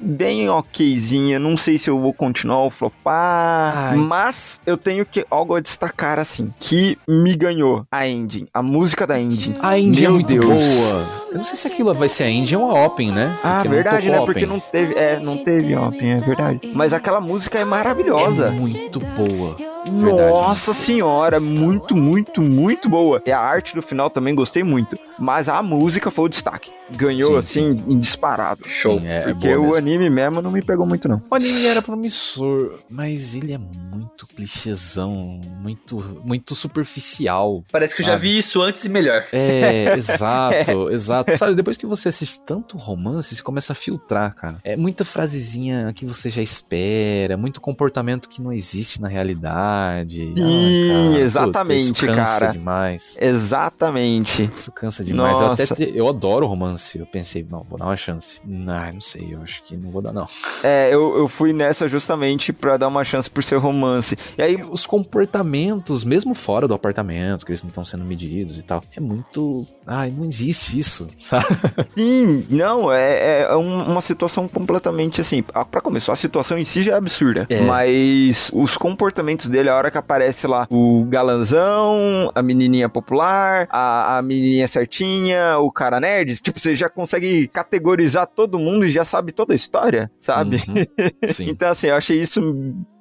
bem okzinha. Não sei se eu vou continuar ou flopar.
Ai.
Mas eu tenho que algo a destacar, assim, que me ganhou a ending. A música da ending.
A Indy é
Meu
muito
Deus.
boa. Eu não sei se aquilo vai ser a Indy ou a Open, né?
Ah,
Porque não
verdade,
tocou
né? Porque
Open.
não teve. É, não teve Open, é verdade. Mas aquela música é maravilhosa.
É muito boa. Verdade.
Nossa senhora, muito, muito, muito boa. E a arte do final também gostei muito. Mas a música foi o destaque. Ganhou,
Sim,
assim, em disparado.
Show.
Sim, é, é
Porque
boa
o
mesmo.
anime mesmo não me pegou muito, não.
O anime era promissor, mas ele é muito clichêzão, muito, muito superficial.
Parece que eu já
Sabe.
vi isso antes e melhor.
É, exato, exato. Sabe, depois que você assiste tanto romance, você começa a filtrar, cara. É muita frasezinha que você já espera, muito comportamento que não existe na realidade. Ah,
Sim,
cara, puta,
exatamente,
isso cansa
cara.
demais.
Exatamente.
Isso cansa demais. Eu, até
Nossa.
te- eu adoro romance. Eu pensei, não, vou dar uma chance. Ah, não sei, eu acho que não vou dar, não.
É, eu, eu fui nessa justamente pra dar uma chance por ser romance. E aí,
Os comportamentos, mesmo fora do apartamento, que eles não estão sendo medidos e tal, é muito. Ai, não existe isso, sabe?
sim, não, é, é um- uma situação completamente assim. ah, Pra começar, a situação em si já é absurda.
É.
Mas os comportamentos dele, a hora que aparece lá o galanzão, a menininha popular, a, a menininha certinha, o cara nerd, tipo, você já consegue categorizar todo mundo e já sabe toda a história, sabe?
Uhum. Sim.
Então, assim, eu achei isso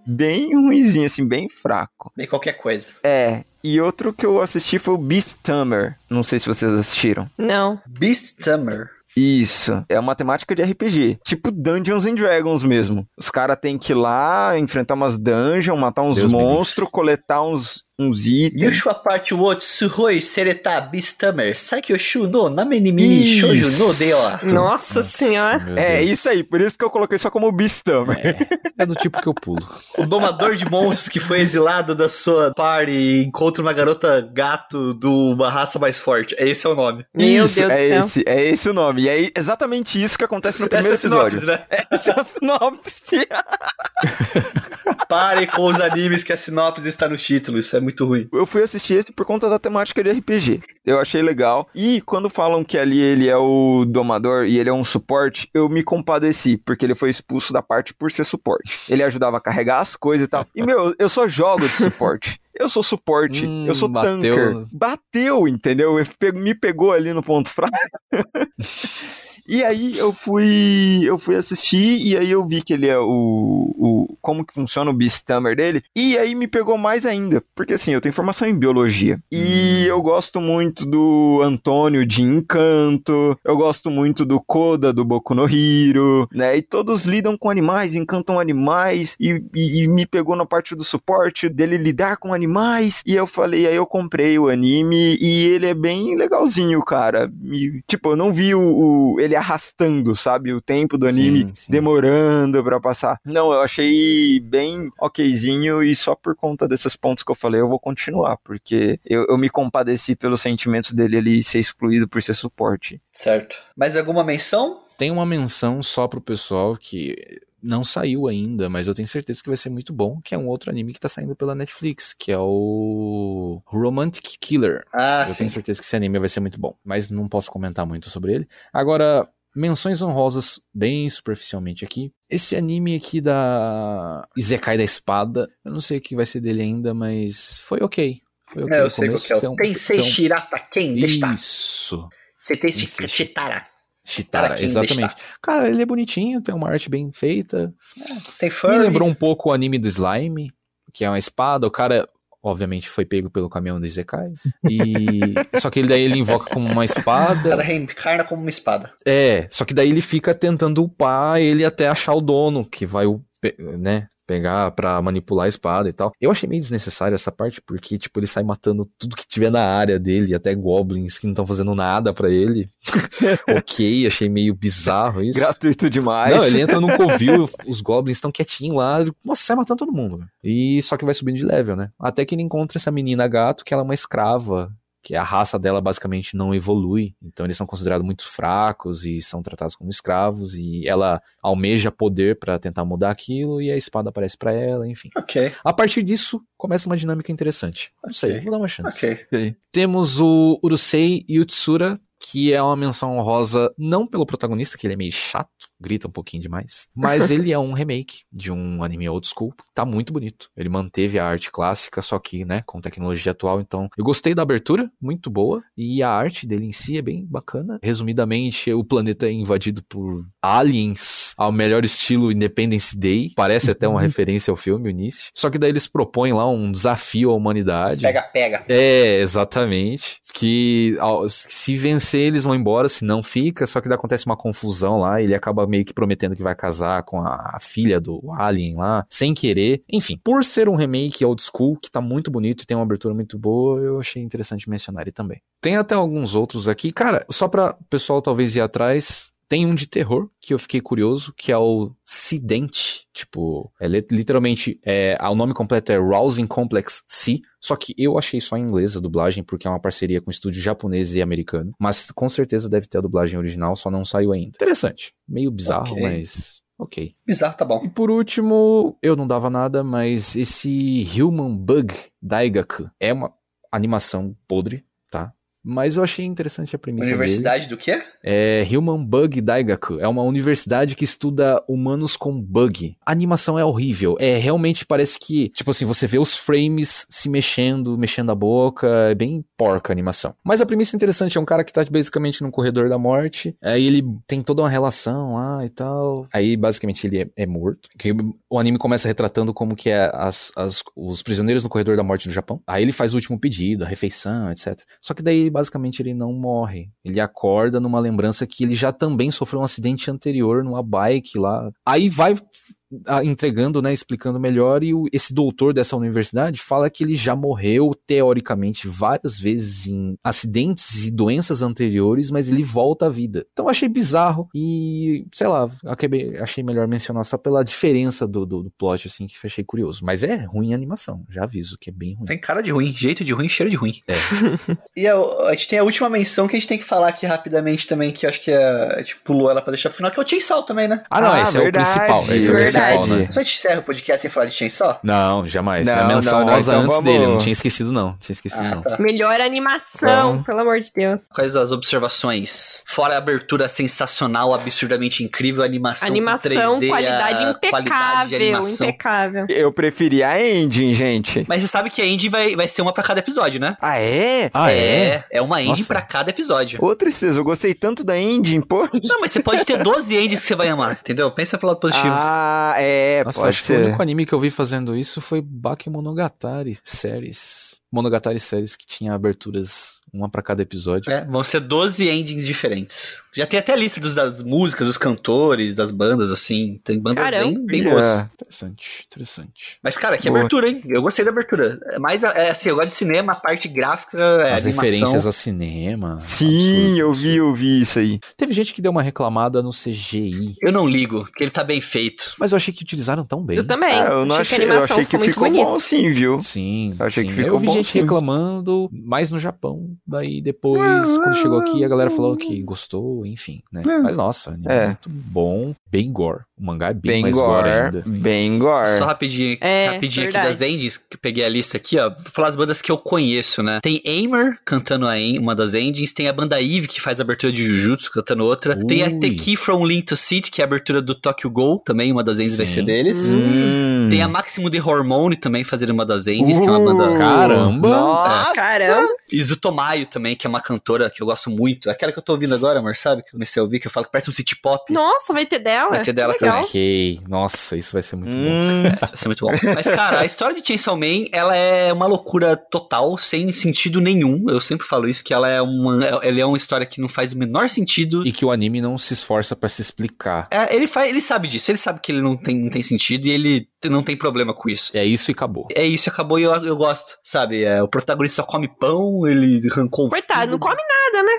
bem ruimzinho, assim, bem fraco.
Bem, qualquer coisa.
É, e outro que eu assisti foi o Beast Tamer. Não sei se vocês assistiram.
Não.
Beastamer.
Isso, é uma temática de RPG, tipo Dungeons and Dragons mesmo. Os caras têm que ir lá, enfrentar umas dungeons, matar uns
Deus me
monstros, coletar uns, uns itens.
Yushu aparte o outro, Suhoi, Sereta, Beastamer, Saikyoshi no, Namenimini,
Isso.
Shoujo no, Dewa.
Nossa senhora.
meu
É,
Deus.
isso aí, por isso que eu coloquei só como Beast Tamer.
É, é do tipo que eu pulo.
O domador de monstros que foi exilado da sua party e encontra uma garota gato de uma raça mais forte. Esse é o nome.
Meu
isso,
Deus do
é
céu.
esse, é esse o nome. E é exatamente isso que acontece no primeiro
Essa é a sinopse,
episódio.
né?
Essa é a sinopse.
Pare com os animes que a sinopse está no título, isso é muito ruim.
Eu fui assistir esse por conta da temática de RPG. Eu achei legal. E quando falam que ali ele é o domador e ele é um suporte, eu me compadeci, porque ele foi expulso da parte por ser suporte. Ele ajudava a carregar as coisas e tal. E, meu, eu só jogo de suporte. Eu sou suporte,
Hum,
eu sou
bateu.
tanker. Bateu, entendeu? Eu pe- Me pegou ali no ponto fraco. E aí eu fui eu fui assistir e aí eu vi que ele é o, o como que funciona o Beastamer dele e aí me pegou mais ainda, porque assim, eu tenho formação em biologia e eu gosto muito do Antônio de Encanto, eu gosto muito do Koda do Boku no Hiro, né? E todos lidam com animais, encantam animais e, e- e me pegou na parte do suporte dele lidar com animais e eu falei, aí eu comprei o anime e ele é bem legalzinho, cara. E, tipo, eu não vi o, o- ele arrastando, sabe? O tempo do anime
Sim, sim.
demorando pra passar. Não, eu achei bem okzinho e só por conta desses pontos que eu falei eu vou continuar, porque eu, eu me compadeci pelos sentimentos dele ali ser excluído por ser suporte.
Certo. Mais alguma menção?
Tem uma menção só pro pessoal que não saiu ainda, mas eu tenho certeza que vai ser muito bom, que é um outro anime que tá saindo pela Netflix, que é o Romantic Killer.
Ah,
eu
sim.
tenho certeza que esse anime vai ser muito bom, mas não posso comentar muito sobre ele. Agora, menções honrosas bem superficialmente aqui. Esse anime aqui da Izekai da Espada, eu não sei o que vai ser dele ainda, mas foi ok. Foi ok.
É, eu
O
sei qual
começo
que é.
tão-
o Tensei
tão-
Shirata Ken Desta.
um Isso.
Você tem
Isso.
Shitara.
Chitara,
Araquém
exatamente.
tá.
Cara, ele é bonitinho, tem uma arte bem feita.
Tem
Me
furry.
lembrou um pouco o anime do Slime, que é uma espada. O cara, obviamente, foi pego pelo caminhão do Izekai. E... só que ele daí ele invoca como uma
O cara
espada.
reencarna como uma espada.
É, só que daí ele fica tentando upar ele até achar o dono, que vai, o pe- né, pegar pra manipular a espada e tal. Eu achei meio desnecessário essa parte, porque, tipo, ele sai matando tudo que tiver na área dele, até goblins que não estão fazendo nada pra ele. ok, achei meio bizarro isso.
Gratuito demais.
Não, ele é- entra num covil, os goblins estão quietinhos lá, nossa, sai matando todo mundo. E só que vai subindo de level, né? Até que ele encontra essa menina gato, que ela é uma escrava, que a raça dela basicamente não evolui. Então eles são considerados muito fracos e são tratados como escravos e ela almeja poder pra tentar mudar aquilo e a espada aparece pra ela, enfim.
Ok,
A partir disso, começa uma dinâmica interessante. Não sei,
Ok.
vou dar uma chance.
ok.
Temos o Urusei Yutsura, que é uma menção honrosa não pelo protagonista, que ele é meio chato, grita um pouquinho demais, mas ele é um remake de um anime old school, tá muito bonito. Ele manteve a arte clássica, só que, né, com tecnologia atual, então eu gostei da abertura, muito boa, e a arte dele em si é bem bacana. Resumidamente, o planeta é invadido por aliens ao melhor estilo Independence Day, parece até uma referência ao filme, o início. Só que daí eles propõem lá um desafio à humanidade.
Pega, pega.
É, exatamente. Que ao- se vencer, eles vão embora, se não fica, só que daí acontece uma confusão lá, ele acaba meio que prometendo que vai casar com a, a filha do Alien lá, sem querer. Enfim, por ser um remake old school, que tá muito bonito e tem uma abertura muito boa, eu achei interessante mencionar ele também. Tem até alguns outros aqui. Cara, só pra o pessoal talvez ir atrás, Tem um de terror que eu fiquei curioso, que é o Cidente. Tipo, é li- literalmente, é, ah, o nome completo é Rousing Complex C. Só que eu achei só em inglês a dublagem, porque é uma parceria com estúdio japonês e americano. Mas com certeza deve ter a dublagem original, só não saiu ainda. Interessante. Meio bizarro,
Ok.
mas. Ok.
Bizarro, tá bom.
E por último, eu não dava nada, mas esse Human Bug Daigaku é uma animação podre, tá? Mas eu achei interessante a premissa dele.
Universidade do quê?
É Human Bug Daigaku. É uma universidade que estuda humanos com bug. A animação é horrível. É realmente parece que, tipo assim, você vê os frames se mexendo, mexendo a boca. É bem porca a animação. Mas a premissa é interessante. É um cara que tá basicamente num corredor da morte. Aí ele tem toda uma relação lá e tal. Aí basicamente ele é, é morto. Que o anime começa retratando como que é as, as- os prisioneiros no corredor da morte do Japão. Aí ele faz o último pedido, a refeição, etc. Só que daí basicamente ele não morre. Ele acorda numa lembrança que ele já também sofreu um acidente anterior numa bike lá. Aí vai ah, entregando, né, explicando melhor e o- esse doutor dessa universidade fala que ele já morreu teoricamente várias vezes em acidentes e doenças anteriores, mas ele volta à vida. Então achei bizarro e, sei lá, acabei, achei melhor mencionar só pela diferença do, do, do plot, assim, que achei curioso. Mas é ruim a animação, já aviso que é bem ruim.
Tem cara de ruim, jeito de ruim, cheiro de ruim.
É.
e a, a gente tem a última menção que a gente tem que falar aqui rapidamente também, que eu acho que é, a gente pulou ela pra deixar pro final, que é o Chainsaw também, né?
Ah, não,
Ah,
esse
verdade,
é o principal. Esse é o principal, né?
verdade.
Só a gente encerra o podcast sem falar de Chainsaw?
Não, jamais.
Não,
é a menção
não, não,
rosa
então
antes
vamos-
dele, eu não tinha esquecido, não. Não Tinha esquecido,
Ah,
não.
tá.
Melhor animação,
Bom.
pelo amor de Deus.
Quais as observações? Fora a abertura sensacional, absurdamente incrível, a animação, com
Animação,
3D, a
qualidade impecável,
qualidade de animação.
impecável.
Eu preferi a Ending, gente.
Mas você sabe que a Indy vai, vai ser uma pra cada episódio, né?
Ah, é?
Ah, é?
É, uma Indy
Nossa.
pra cada episódio.
Ô, tristeza, eu gostei tanto da Ending, pô.
Não, mas você pode ter 12 Indies que você vai amar, entendeu? Pensa pelo lado positivo.
Ah, é,
Nossa,
pode
acho que o
ser.
único anime que eu vi fazendo isso foi Bakemonogatari séries. Monogatari séries que tinha aberturas, uma pra cada episódio.
É, vão ser 12 endings diferentes. Já tem até a lista dos, das músicas, dos cantores, das bandas, assim. Tem bandas bem,
Caramba.
bem boas.
assim.
Yeah.
Interessante, interessante.
Mas, cara, que
Boa.
abertura, hein? Eu gostei da abertura. É, Mas, é, assim, eu gosto de cinema, a parte gráfica, é,
As
animação.
referências a cinema.
Sim,
Ah, absurdo,
eu
absurdo.
vi, eu vi isso aí.
Teve gente que deu uma reclamada no CGI,
Eu não ligo, porque ele tá bem feito.
mas eu achei que utilizaram tão bem.
Eu também.
Ah, eu não achei,
É, que a
eu
animação
achei que
ficou,
ficou
muito bonita.
bom sim, viu?
Sim,
Eu achei
sim.
que ficou
eu vi
bom,
gente
sim.
reclamando, mais no Japão. Daí depois, quando chegou aqui, a galera falou que gostou, enfim, né? Mas nossa, anime
É.
muito bom, bem gore. O mangá é bem,
Bem
mais gore,
gore,
ainda.
bem gore.
Só rapidinho,
É,
rapidinho aqui
verdade.
das endings, que eu peguei a lista aqui, ó. Vou falar as bandas que eu conheço, né? Tem Aimer cantando a en- uma das endings, tem a banda Eve que faz a abertura de Jujutsu cantando outra. Tem a
Ui.
Teki from Link to City, que é a abertura do Tokyo Ghoul, também uma das endings vai
Sim.
ser deles.
Hum.
Tem a Maximum de Hormone também fazendo uma das endings, que é uma
Uh,
banda.
Caramba!
Nossa!
Caramba,
E Zutomayo também, que é uma cantora que eu gosto muito. Aquela que eu tô ouvindo agora, amor, sabe? Que eu comecei a ouvir, que eu falo que parece um city pop.
nossa, vai ter dela?
Vai ter dela
Que legal.
Ok, nossa, isso vai ser muito bom.
Hum.
Vai ser muito bom. Mas, cara, a história de Chainsaw Man, ela é uma loucura total, sem sentido nenhum. Eu sempre falo isso, que ela é uma, ela é uma história que não faz o menor sentido.
E que o anime não se esforça pra se explicar.
É, ele, faz, ele sabe disso, ele sabe que ele não tem, não tem sentido e ele t- não tem problema com isso.
É isso e acabou.
É isso, acabou e eu, eu gosto, sabe? É, o protagonista só come pão, ele arrancou o
Coitado,
fígado,
não come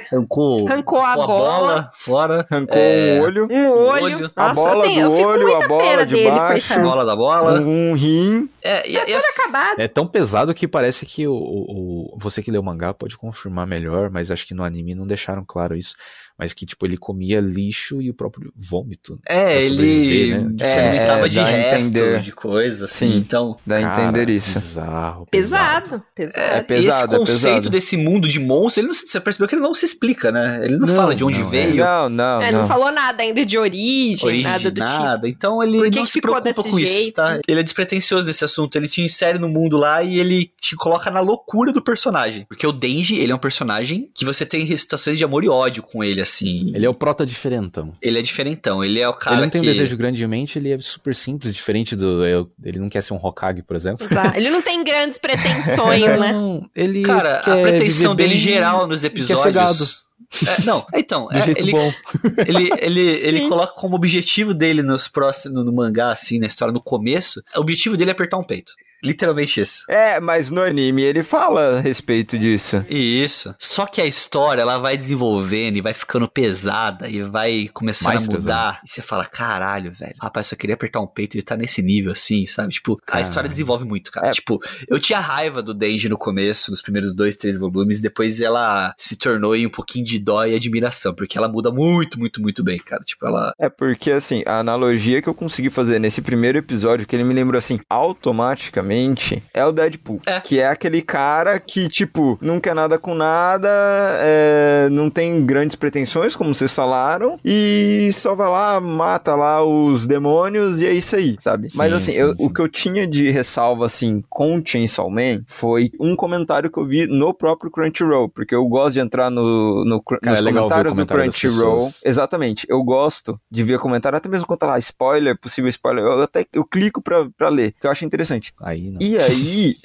arrancou,
Arrancou a
arrancou
bola.
fora,
Arrancou
É.
um olho,
um olho.
olho,
a
Nossa,
bola
eu tenho,
do
eu fico
olho,
muita
a bola
pena
de
dele,
baixo.
coitado.
bola da bola.
um, um rim.
É, e- e assim-
Acabado.
É tão pesado que parece que o, o- o- você que leu o mangá pode confirmar melhor, mas acho que no anime não deixaram claro isso. Mas que, tipo, ele comia lixo e o próprio vômito.
É,
Pra
ele
sobreviver,
se
né?
É,
alimentava
é,
de
dá a
resto,
entender.
de coisa, assim.
Sim.
Então,
Dá a
Cara,
entender isso.
Bizarro, pesado.
Pesado, pesado.
é,
pesado, é
esse conceito
pesado.
desse mundo de monstros, ele não, se- você percebeu que ele não se explica, né? Ele não,
Não,
fala de onde
não,
veio,
Não, não,
É, não,
não.
falou nada ainda de origem,
origem
nada
de
do tipo.
nada. Então ele
Por que
não
que
se
ficou
preocupa
desse
com isso,
jeito?
tá? Ele é despretensioso nesse assunto, ele te insere no mundo lá e ele te coloca na loucura do personagem. Porque o Denji, ele é um personagem que você tem situações de amor e ódio com ele, assim.
Ele é o prota diferentão.
Ele é diferentão, ele é o cara
ele não tem
que...
um desejo grande de mente, ele é super simples, diferente do. eu- Ele não quer ser um Hokage, por exemplo.
tipo. Exato. Ele não tem grandes pretensões, né?
Não, ele.
Cara,
quer
a pretensão
é viver bem
dele geral nos
quer ser
episódios.
gado.
É, não, então,
Do
é,
jeito
ele,
bom.
ele, ele, ele
Sim.
coloca como objetivo dele nos próximos, no mangá, assim, na história, no começo, o objetivo dele é apertar um peito. Literalmente isso.
É, mas no anime ele fala a respeito disso.
Isso. Só que a história, ela vai desenvolvendo e vai ficando pesada e vai começando
Mais
a mudar. E você fala, caralho, velho. Rapaz, só queria apertar um peito e tá nesse nível assim, sabe? Tipo, a
Caralho.
história desenvolve muito, cara.
É.
Tipo, eu tinha raiva do Denji no começo, nos primeiros dois, três volumes. Depois ela se tornou em um pouquinho de dó e admiração, porque ela muda muito, muito, muito bem, cara. Tipo, ela
É porque, assim, a analogia que eu consegui fazer nesse primeiro episódio, que ele me lembrou, assim, automaticamente, é o Deadpool.
É.
Que é aquele cara que, tipo, não quer nada com nada, é, não tem grandes pretensões, como vocês falaram, e só vai lá, mata lá os demônios e é isso aí, sabe? Mas,
Sim,
assim,
sim,
eu-
sim.
o que eu tinha de ressalva, assim, com Chainsaw Man foi um comentário que eu vi no próprio Crunchyroll, porque eu gosto de entrar no, no, Cr-
Cara,
nos
é legal ver o
comentários do
comentário das
Crunchyroll.
pessoas.
Exatamente. Eu gosto de ver comentário, até mesmo quando tá lá spoiler, possível spoiler, eu até eu clico pra, pra ler, que eu acho interessante.
Aí não.
E aí,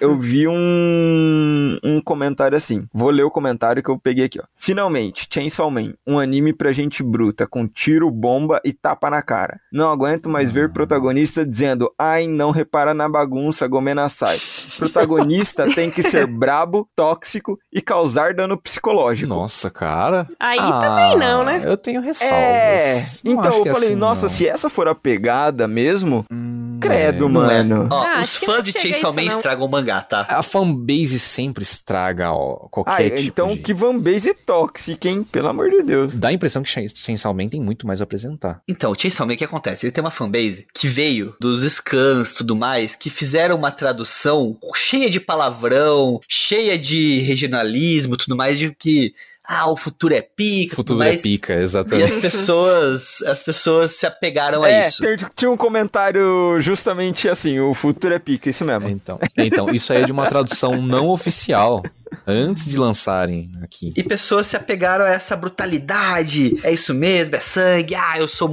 eu vi um, um comentário assim. Vou ler o comentário que eu peguei aqui, ó. Finalmente, Chainsaw Man, um anime pra gente bruta, com tiro, bomba e tapa na cara. Não aguento mais ver
Ah.
protagonista dizendo, ai, não repara na bagunça, gomenasai. Protagonista tem que ser brabo, tóxico e causar dano psicológico.
Nossa, cara.
Aí
Ah,
também não, né?
Eu tenho ressalvas.
É,
Não
então
acho
eu
que é
falei,
assim,
nossa,
não.
se essa for a pegada mesmo,
Hum,
credo,
é.
mano.
Ó,
Ah,
os
acho que
fãs
não
de
chega
Chainsaw
isso,
Man
não.
estragam o mangá, tá?
A fanbase sempre estraga ó, qualquer
Ai,
tipo
então
de...
que fanbase tóxica, hein? Pelo amor de Deus.
Dá a impressão que Chain- Chainsaw Man tem muito mais a apresentar.
Então, o Chainsaw Man, o que acontece? Ele tem uma fanbase que veio dos scans e tudo mais, que fizeram uma tradução cheia de palavrão, cheia de regionalismo e tudo mais, de que, ah, o futuro é pica,
O
tudo
futuro é
mais.
pica,
E as
exatamente.
pessoas, as pessoas se apegaram a
é,
Então isso.
tem- tinha um comentário justamente assim, o futuro é pica, isso mesmo.
Então, então, isso aí é de uma tradução não oficial, antes de lançarem aqui.
E pessoas se apegaram a essa brutalidade, é isso mesmo, é sangue, ah, eu sou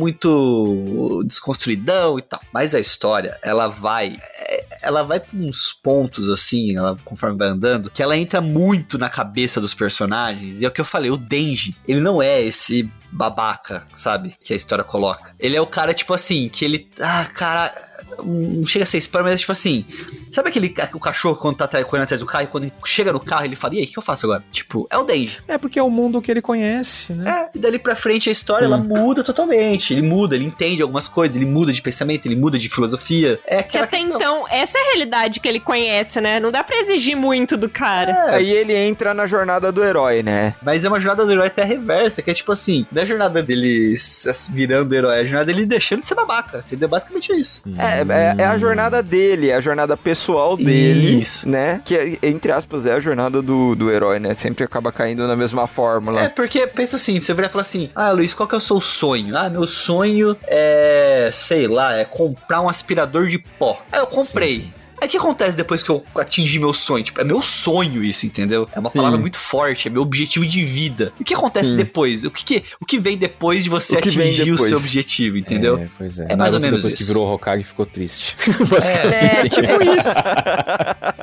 muito desconstruidão e tal. Mas a história, ela vai. é- Ela vai pra uns pontos assim, ela, conforme vai andando, que ela entra muito na cabeça dos personagens. E é o que eu falei, o Denji, ele não é esse babaca, sabe? Que a história coloca. Ele é o cara, tipo assim, que ele. Ah, cara. Não chega a ser spoiler, mas é tipo assim. Sabe aquele ca- o cachorro quando tá atrás- correndo atrás do carro e quando chega no carro ele fala: E aí, o que eu faço agora? Tipo, é o Denji.
É porque é o mundo que ele conhece, né?
É, e dali pra frente a história
Hum.
ela muda totalmente. Ele muda, ele entende algumas coisas, ele muda de pensamento, ele muda de filosofia. É
Porque
aquela
até
questão.
então, essa é a realidade que ele conhece, né? Não dá pra exigir muito do cara.
É,
Aí ele entra na jornada do herói, né?
mas é uma jornada do herói até reversa, que é tipo assim, não é a jornada dele se- virando herói, é a jornada dele deixando de ser babaca, entendeu? Basicamente é isso.
É, é, é a jornada dele, é a jornada pessoal dele,
Isso.
né? Que, é, entre aspas, é a jornada do, do herói, né? Sempre acaba caindo na mesma fórmula.
É, porque pensa assim, você virar e falar assim, ah, Luiz, qual que é o seu sonho? Ah, meu sonho é, sei lá, é comprar um aspirador de pó. Ah, eu comprei.
Sim, sim.
Aí o que acontece depois que eu atingi meu sonho? Tipo, é meu sonho isso, entendeu? É uma palavra
Sim.
muito forte, é meu objetivo de vida. E o que acontece
Sim.
depois? O que, que- o que vem depois de você
O que vem
atingir o
depois.
seu objetivo, entendeu?
É, pois é.
É mais ou
Naruto,
menos
depois
isso.
que virou Hokage ficou triste.
É, tipo isso.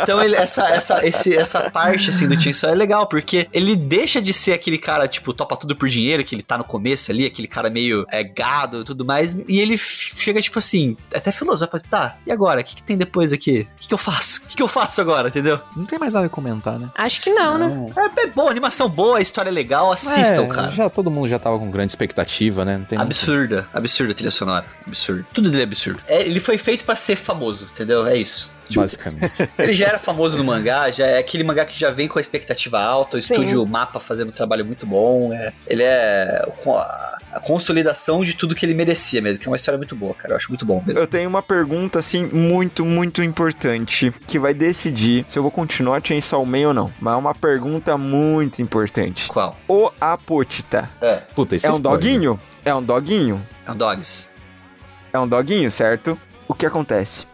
Então ele- essa, essa, esse- essa parte assim do Chainsaw é legal, porque ele deixa de ser aquele cara, tipo, topa tudo por dinheiro, que ele tá no começo ali, aquele cara meio é, gado e tudo mais, e ele f- chega, tipo assim, até filosófico, tá, e agora? O que, que tem depois aqui? O que, que eu faço? O que, que eu faço agora, entendeu?
Não tem mais nada a comentar, né?
Acho que não, né?
É, é boa, animação boa, a história é legal, assistam,
É,
cara.
Já todo mundo já tava com grande expectativa, né? Não tem nem-
Absurda, absurda a trilha sonora, absurdo. Tudo dele é absurdo. É, ele foi feito pra ser famoso, entendeu? É isso. Tipo,
Basicamente.
Ele já era famoso no mangá, já é aquele mangá que já vem com a expectativa alta, o
Sim.
estúdio Mapa fazendo um trabalho muito bom. é. ele é com a, a consolidação de tudo que ele merecia mesmo, que é uma história muito boa, cara. Eu acho muito bom mesmo.
Eu tenho uma pergunta, assim, muito, muito importante, que vai decidir se eu vou continuar Chainsaw Man ou não. Mas é uma pergunta muito importante.
Qual?
O Apotita
É,
Puta, esse
é um
spoiler.
doguinho? É um doguinho?
é o Dogs.
É um doguinho, certo? O que acontece?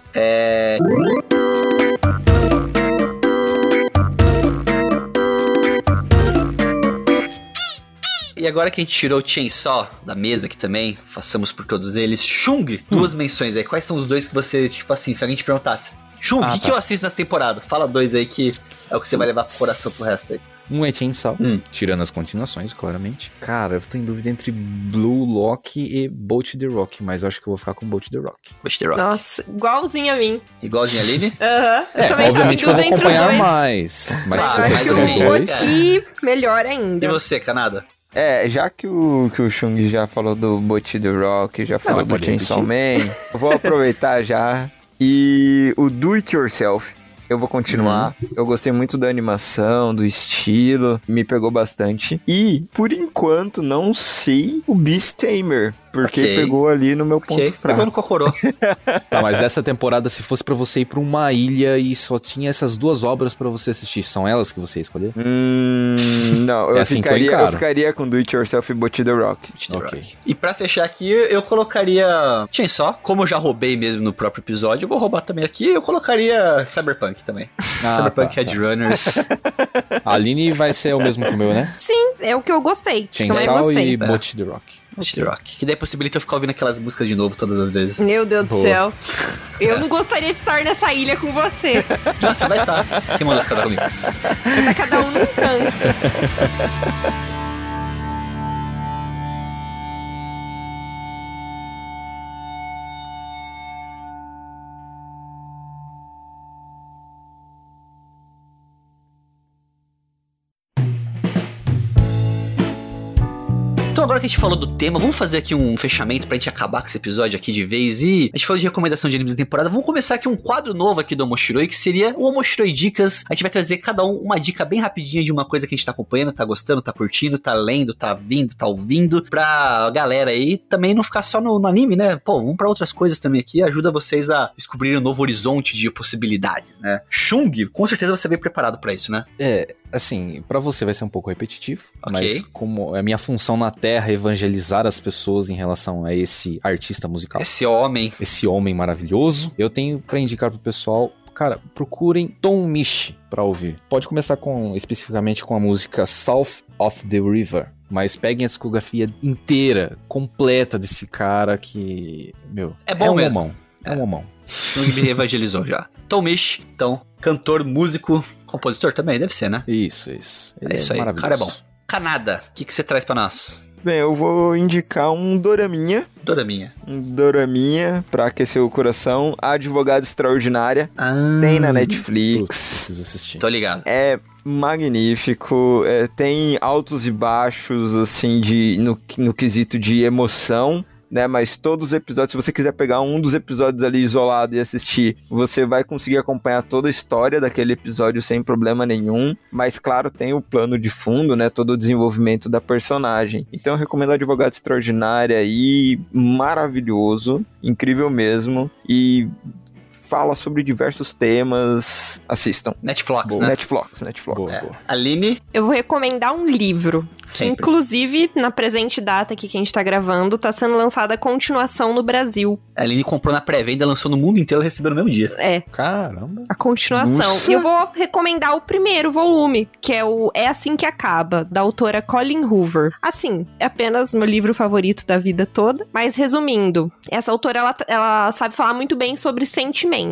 E agora que a gente tirou o Chainsaw da mesa aqui também,
Hum.
façamos por todos eles. Shung, duas menções aí. Quais são os dois que você, tipo assim, se alguém te perguntasse, Shun, o
Ah,
que,
tá.
que eu assisto nessa temporada? Fala dois aí que é o que você vai levar pro coração pro resto aí.
Um é Chainsaw,
Hum.
tirando as continuações, claramente. Cara, eu tô em dúvida entre Blue Lock e Bolt the Rock, mas eu acho que eu vou ficar com Bolt the Rock.
Push the Rock.
Nossa, igualzinho a mim.
Igualzinho a Aline?
Aham. eu
É,
também
obviamente que eu
tava
vou
em dúvida entre os
acompanhar
dois.
mais, mas
Ah,
se
eu
for
acho
mas
que
entre
eu
eu
os
sim,
vou
dois...
aqui melhor
E
ainda.
você, Canada?
É, já que o, que o Chung já falou do Butch the Rock, já falou
mas
do
pode
Chainsaw Man, eu vou aproveitar já. E o Do It Yourself, eu vou continuar. Eu gostei muito da animação, do estilo, me pegou bastante. E, por enquanto, não sei o Beast Tamer, porque
Ok.
pegou ali no meu ponto
Ok. Pegou
fraco.
no Cocorô.
Tá, mas dessa temporada, se fosse pra você ir pra uma ilha e só tinha essas duas obras pra você assistir, são elas que você ia escolher?
Hum, não, eu,
É assim que eu
ficaria, eu,
encaro.
ficaria com Do It Yourself e Butch the Rock.
Push the
Ok.
Rock. E pra fechar aqui, eu colocaria. Chainsaw. Como eu já roubei mesmo no próprio episódio, eu vou roubar também aqui. Eu colocaria Cyberpunk também.
tá,
Cyberpunk
é
Headrunners.
Ah, A Aline vai ser o mesmo que o meu, né?
Sim, é o que eu gostei. que eu mais
Chainsaw
gostei.
e Bolt the Rock.
Push the Rock. Que daí possibilita eu ficar ouvindo aquelas músicas de novo todas as vezes.
Meu Deus
Boa.
do céu. Eu não gostaria de estar nessa ilha com você.
Não, você vai estar. Quem mandou esse cara comigo?
Tá cada um num canto.
Então agora que a gente falou do tema, vamos fazer aqui um fechamento pra gente acabar com esse episódio aqui de vez e a gente falou de recomendação de animes da temporada, vamos começar aqui um quadro novo aqui do Omoshiroi, que seria o Omoshiroi Dicas, a gente vai trazer cada um uma dica bem rapidinha de uma coisa que a gente tá acompanhando, tá gostando, tá curtindo, tá lendo, tá vindo, tá ouvindo, pra galera aí também não ficar só no, no anime, né, pô, vamos pra outras coisas também aqui, ajuda vocês a descobrir um novo horizonte de possibilidades, né. Shung, com certeza você veio preparado pra isso, né.
É, assim, pra você vai ser um pouco repetitivo,
Ok.
mas como é a minha função na Terra é evangelizar as pessoas em relação a esse artista musical,
Esse homem,
esse homem maravilhoso, eu tenho pra indicar pro pessoal, cara, procurem Tom Misch pra ouvir. Pode começar com especificamente com a música South of the River, mas peguem a discografia inteira, completa desse cara que, meu,
É bom
um
mesmo.
homão, é um homão.
Shung me evangelizou já. Tom Misch, então, cantor, músico, compositor também, deve ser, né?
Isso, isso. Ele
É isso aí, o
maravilhoso.
cara é bom. Canada, o que, que você traz pra nós?
Bem, eu vou indicar um Doraminha.
Toda minha.
Um Doraminha pra aquecer o coração. A Advogada Extraordinária. Tem
Hum,
na
Putz,
Netflix.
preciso assistir.
Ah, Tô ligado.
É magnífico. é, tem altos e baixos, assim, de, no, no quesito de emoção. Né, mas todos os episódios, se você quiser pegar um dos episódios ali isolado e assistir, você vai conseguir acompanhar toda a história daquele episódio sem problema nenhum. Mas, claro, tem o plano de fundo, né? Todo o desenvolvimento da personagem. Então, eu recomendo a Advogada Extraordinária aí, maravilhoso, incrível mesmo. E fala sobre diversos temas. Assistam.
Netflix,
Boa.
né?
Netflix, Netflix.
Boa,
É.
boa.
Aline,
Eu vou recomendar um livro. Que,
sempre.
inclusive, na presente data aqui que a gente tá gravando, tá sendo lançada a continuação no Brasil.
A Aline comprou na pré-venda, lançou no mundo inteiro, ela recebeu no mesmo dia.
É,
Caramba.
a continuação.
Nossa.
E eu vou recomendar o primeiro volume, que é o É Assim Que Acaba, da autora Colin Hoover. Assim, é apenas meu livro favorito da vida toda. Mas resumindo, essa autora, ela, ela sabe falar muito bem sobre sentimentos.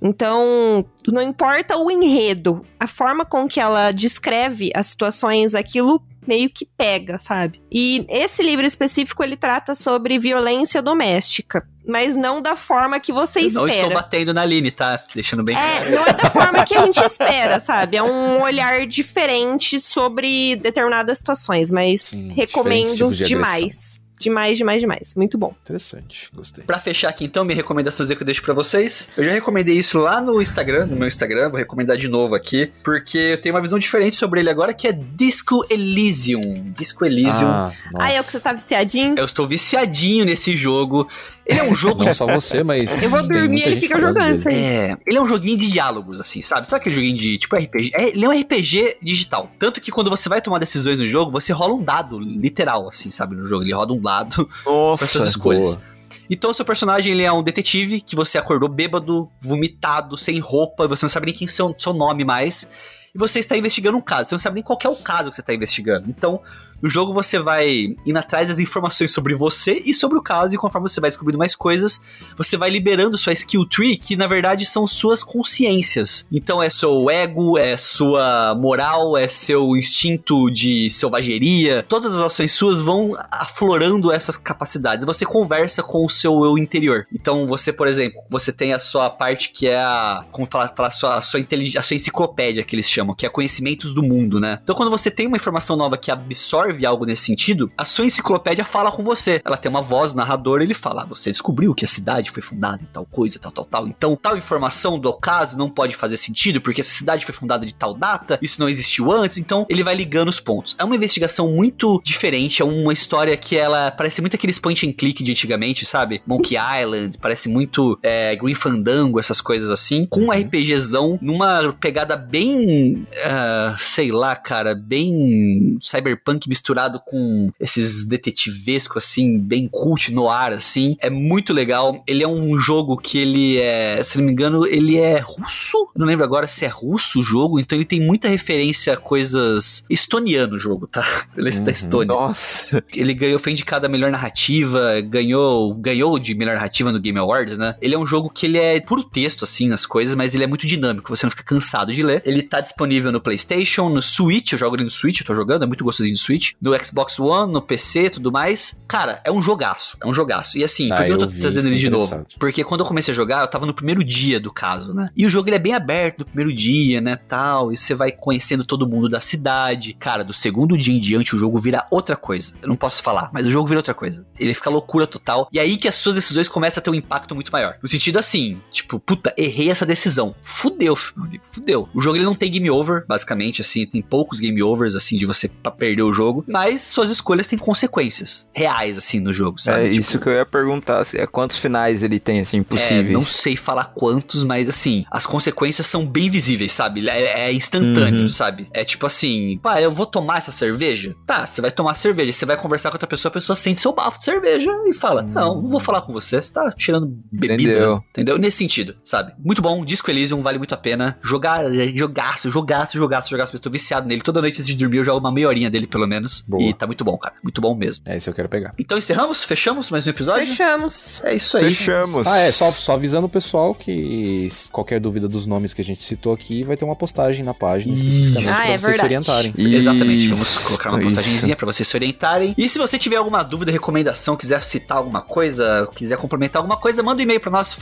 Então, não importa o enredo, a forma com que ela descreve as situações, aquilo meio que pega, sabe? E esse livro específico ele trata sobre violência doméstica, mas não da forma que você
Eu não
espera.
estou batendo na Aline, tá? Deixando bem
É, não é da forma que a gente espera, sabe? É um olhar diferente sobre determinadas situações, mas
Sim,
recomendo
diferentes tipos de
demais. Demais, demais, demais. Muito bom.
Interessante, gostei.
Pra fechar aqui, então, minha recomendaçãozinha que eu deixo pra vocês. Eu já recomendei isso lá no Instagram, no meu Instagram, vou recomendar de novo aqui, porque eu tenho uma visão diferente sobre ele agora, que é Disco Elysium. Disco Elysium.
Ah, nossa.
Ah, é o que você tá viciadinho?
Eu estou viciadinho nesse jogo. Ele é um jogo.
Não só você, mas.
Eu vou
tem
dormir,
muita
ele
gente
fica
falando
jogando
dele.
isso aí.
É, ele é um joguinho de diálogos, assim, sabe? Sabe aquele joguinho de tipo RPG? É, ele é um RPG digital. Tanto que quando você vai tomar decisões no jogo, você rola um dado, literal, assim, sabe? No jogo, ele roda um dado
Nossa.
para suas escolhas. Então, o seu personagem ele é um detetive que você acordou bêbado, vomitado, sem roupa, você não sabe nem quem é seu, seu nome mais. E você está tá investigando um caso, você não sabe nem qual que é o caso que você está investigando. Então, No jogo você vai indo atrás das informações sobre você e sobre o caso, e conforme você vai descobrindo mais coisas, você vai liberando sua skill tree, que na verdade são suas consciências. Então é seu ego, é sua moral, é seu instinto de selvageria. Todas as ações suas vão aflorando essas capacidades. Você conversa com o seu eu interior. Então você, por exemplo, você tem a sua parte que é a. Como falar, falar a sua, a sua inteligência, a sua enciclopédia que eles chamam, que é conhecimentos do mundo, né? Então quando você tem uma informação nova que absorve algo nesse sentido, a sua enciclopédia fala com você. Ela tem uma voz, o narrador, ele fala: ah, você descobriu que a cidade foi fundada em tal coisa, tal, tal, tal. Então tal informação do caso não pode fazer sentido porque essa cidade foi fundada de tal data, isso não existiu antes. Então ele vai ligando os pontos. É uma investigação muito diferente, é uma história que ela parece muito aqueles point and click de antigamente, sabe? Monkey Island, parece muito é, Green Fandango, essas coisas assim, com um RPGzão numa pegada bem, ah, sei lá, cara, bem cyberpunk misturado com esses detetivesco assim, bem cult no ar assim. É muito legal. Ele é um jogo que ele é, se não me engano, ele é russo. Não lembro agora se é russo o jogo, então ele tem muita referência a coisas estoniano o jogo, tá? Ele é da
Uhum.
Estônia.
Nossa.
Ele ganhou, foi indicado a melhor narrativa, ganhou, ganhou de melhor narrativa no Game Awards, né? Ele é um jogo que ele é puro texto, assim, nas coisas, mas ele é muito dinâmico, você não fica cansado de ler. Ele tá disponível no Playstation, no Switch, eu jogo ele no Switch, eu tô jogando, é muito gostosinho no Switch, no Xbox One, no PC, tudo mais. Cara, é um jogaço, é um jogaço. E assim,
Ah,
por que eu tô
eu vi,
trazendo ele de
fiquei
novo?
interessado.
Porque quando eu comecei a jogar, eu tava no primeiro dia do caso, né? E o jogo ele é bem aberto no primeiro dia, né, tal, e você vai conhecendo todo mundo da cidade. Cara, do segundo dia em diante o jogo vira outra coisa. Eu não posso falar, mas o jogo vira outra coisa. Ele fica loucura total. E aí que as suas decisões começam a ter um impacto muito maior. No sentido assim, tipo, puta, errei essa decisão. Fudeu, meu amigo, fudeu. O jogo ele não tem game over, basicamente, assim, tem poucos game overs, assim, de você pra perder o jogo, mas suas escolhas têm consequências reais, assim, no jogo, sabe?
é
Tipo,
isso que eu ia perguntar. assim, é quantos finais ele tem,
é,
assim,
não
possíveis?
sei falar quantos, mas assim, as consequências são bem visíveis, sabe? É, é instantâneo,
Uhum.
sabe? É tipo assim, pá, eu vou tomar essa cerveja? Tá, você vai tomar cerveja, você vai conversar com outra pessoa, a pessoa sente seu bafo de cerveja e fala: Não, não vou falar com você, você tá tirando bebida.
Uhum. Entendeu.
Entendeu? Nesse sentido, sabe? Muito bom, Disco Elysium, vale muito a pena. Jogar, é, jogaço, jogaço, jogaço, jogaço. Eu tô viciado nele. Toda noite antes de dormir eu jogo uma meia horinha dele, pelo menos.
Boa.
E tá muito bom, cara. Muito bom mesmo.
É, esse eu quero pegar.
Então encerramos? Fechamos mais um episódio?
Fechamos.
É isso aí.
Fechamos.
Ah, é, só, só avisando o pessoal que s- qualquer dúvida dos nomes que a gente citou aqui vai ter uma postagem na página
Isso.
especificamente
Ah,
pra
é
vocês se
verdade.
orientarem.
Exatamente, vamos
Isso,
colocar uma
isso.
postagenzinha pra vocês se orientarem. E se você tiver alguma dúvida, recomendação, quiser citar alguma coisa, quiser complementar alguma coisa, manda um e-mail pra nós,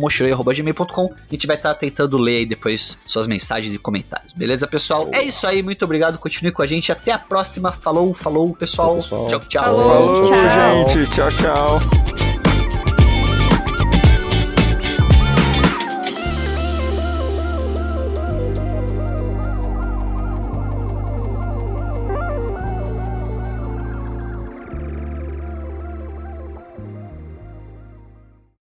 falecom.mochirei.gmail.com. A gente vai estar tentando ler aí depois suas mensagens e comentários. Beleza, pessoal? É isso aí, muito obrigado, continue com a gente. Até a próxima, falou, falou, pessoal.
Tchau, pessoal.
Tchau, tchau.
Falou.
Falou,
Tchau.
gente. Tchau, tchau.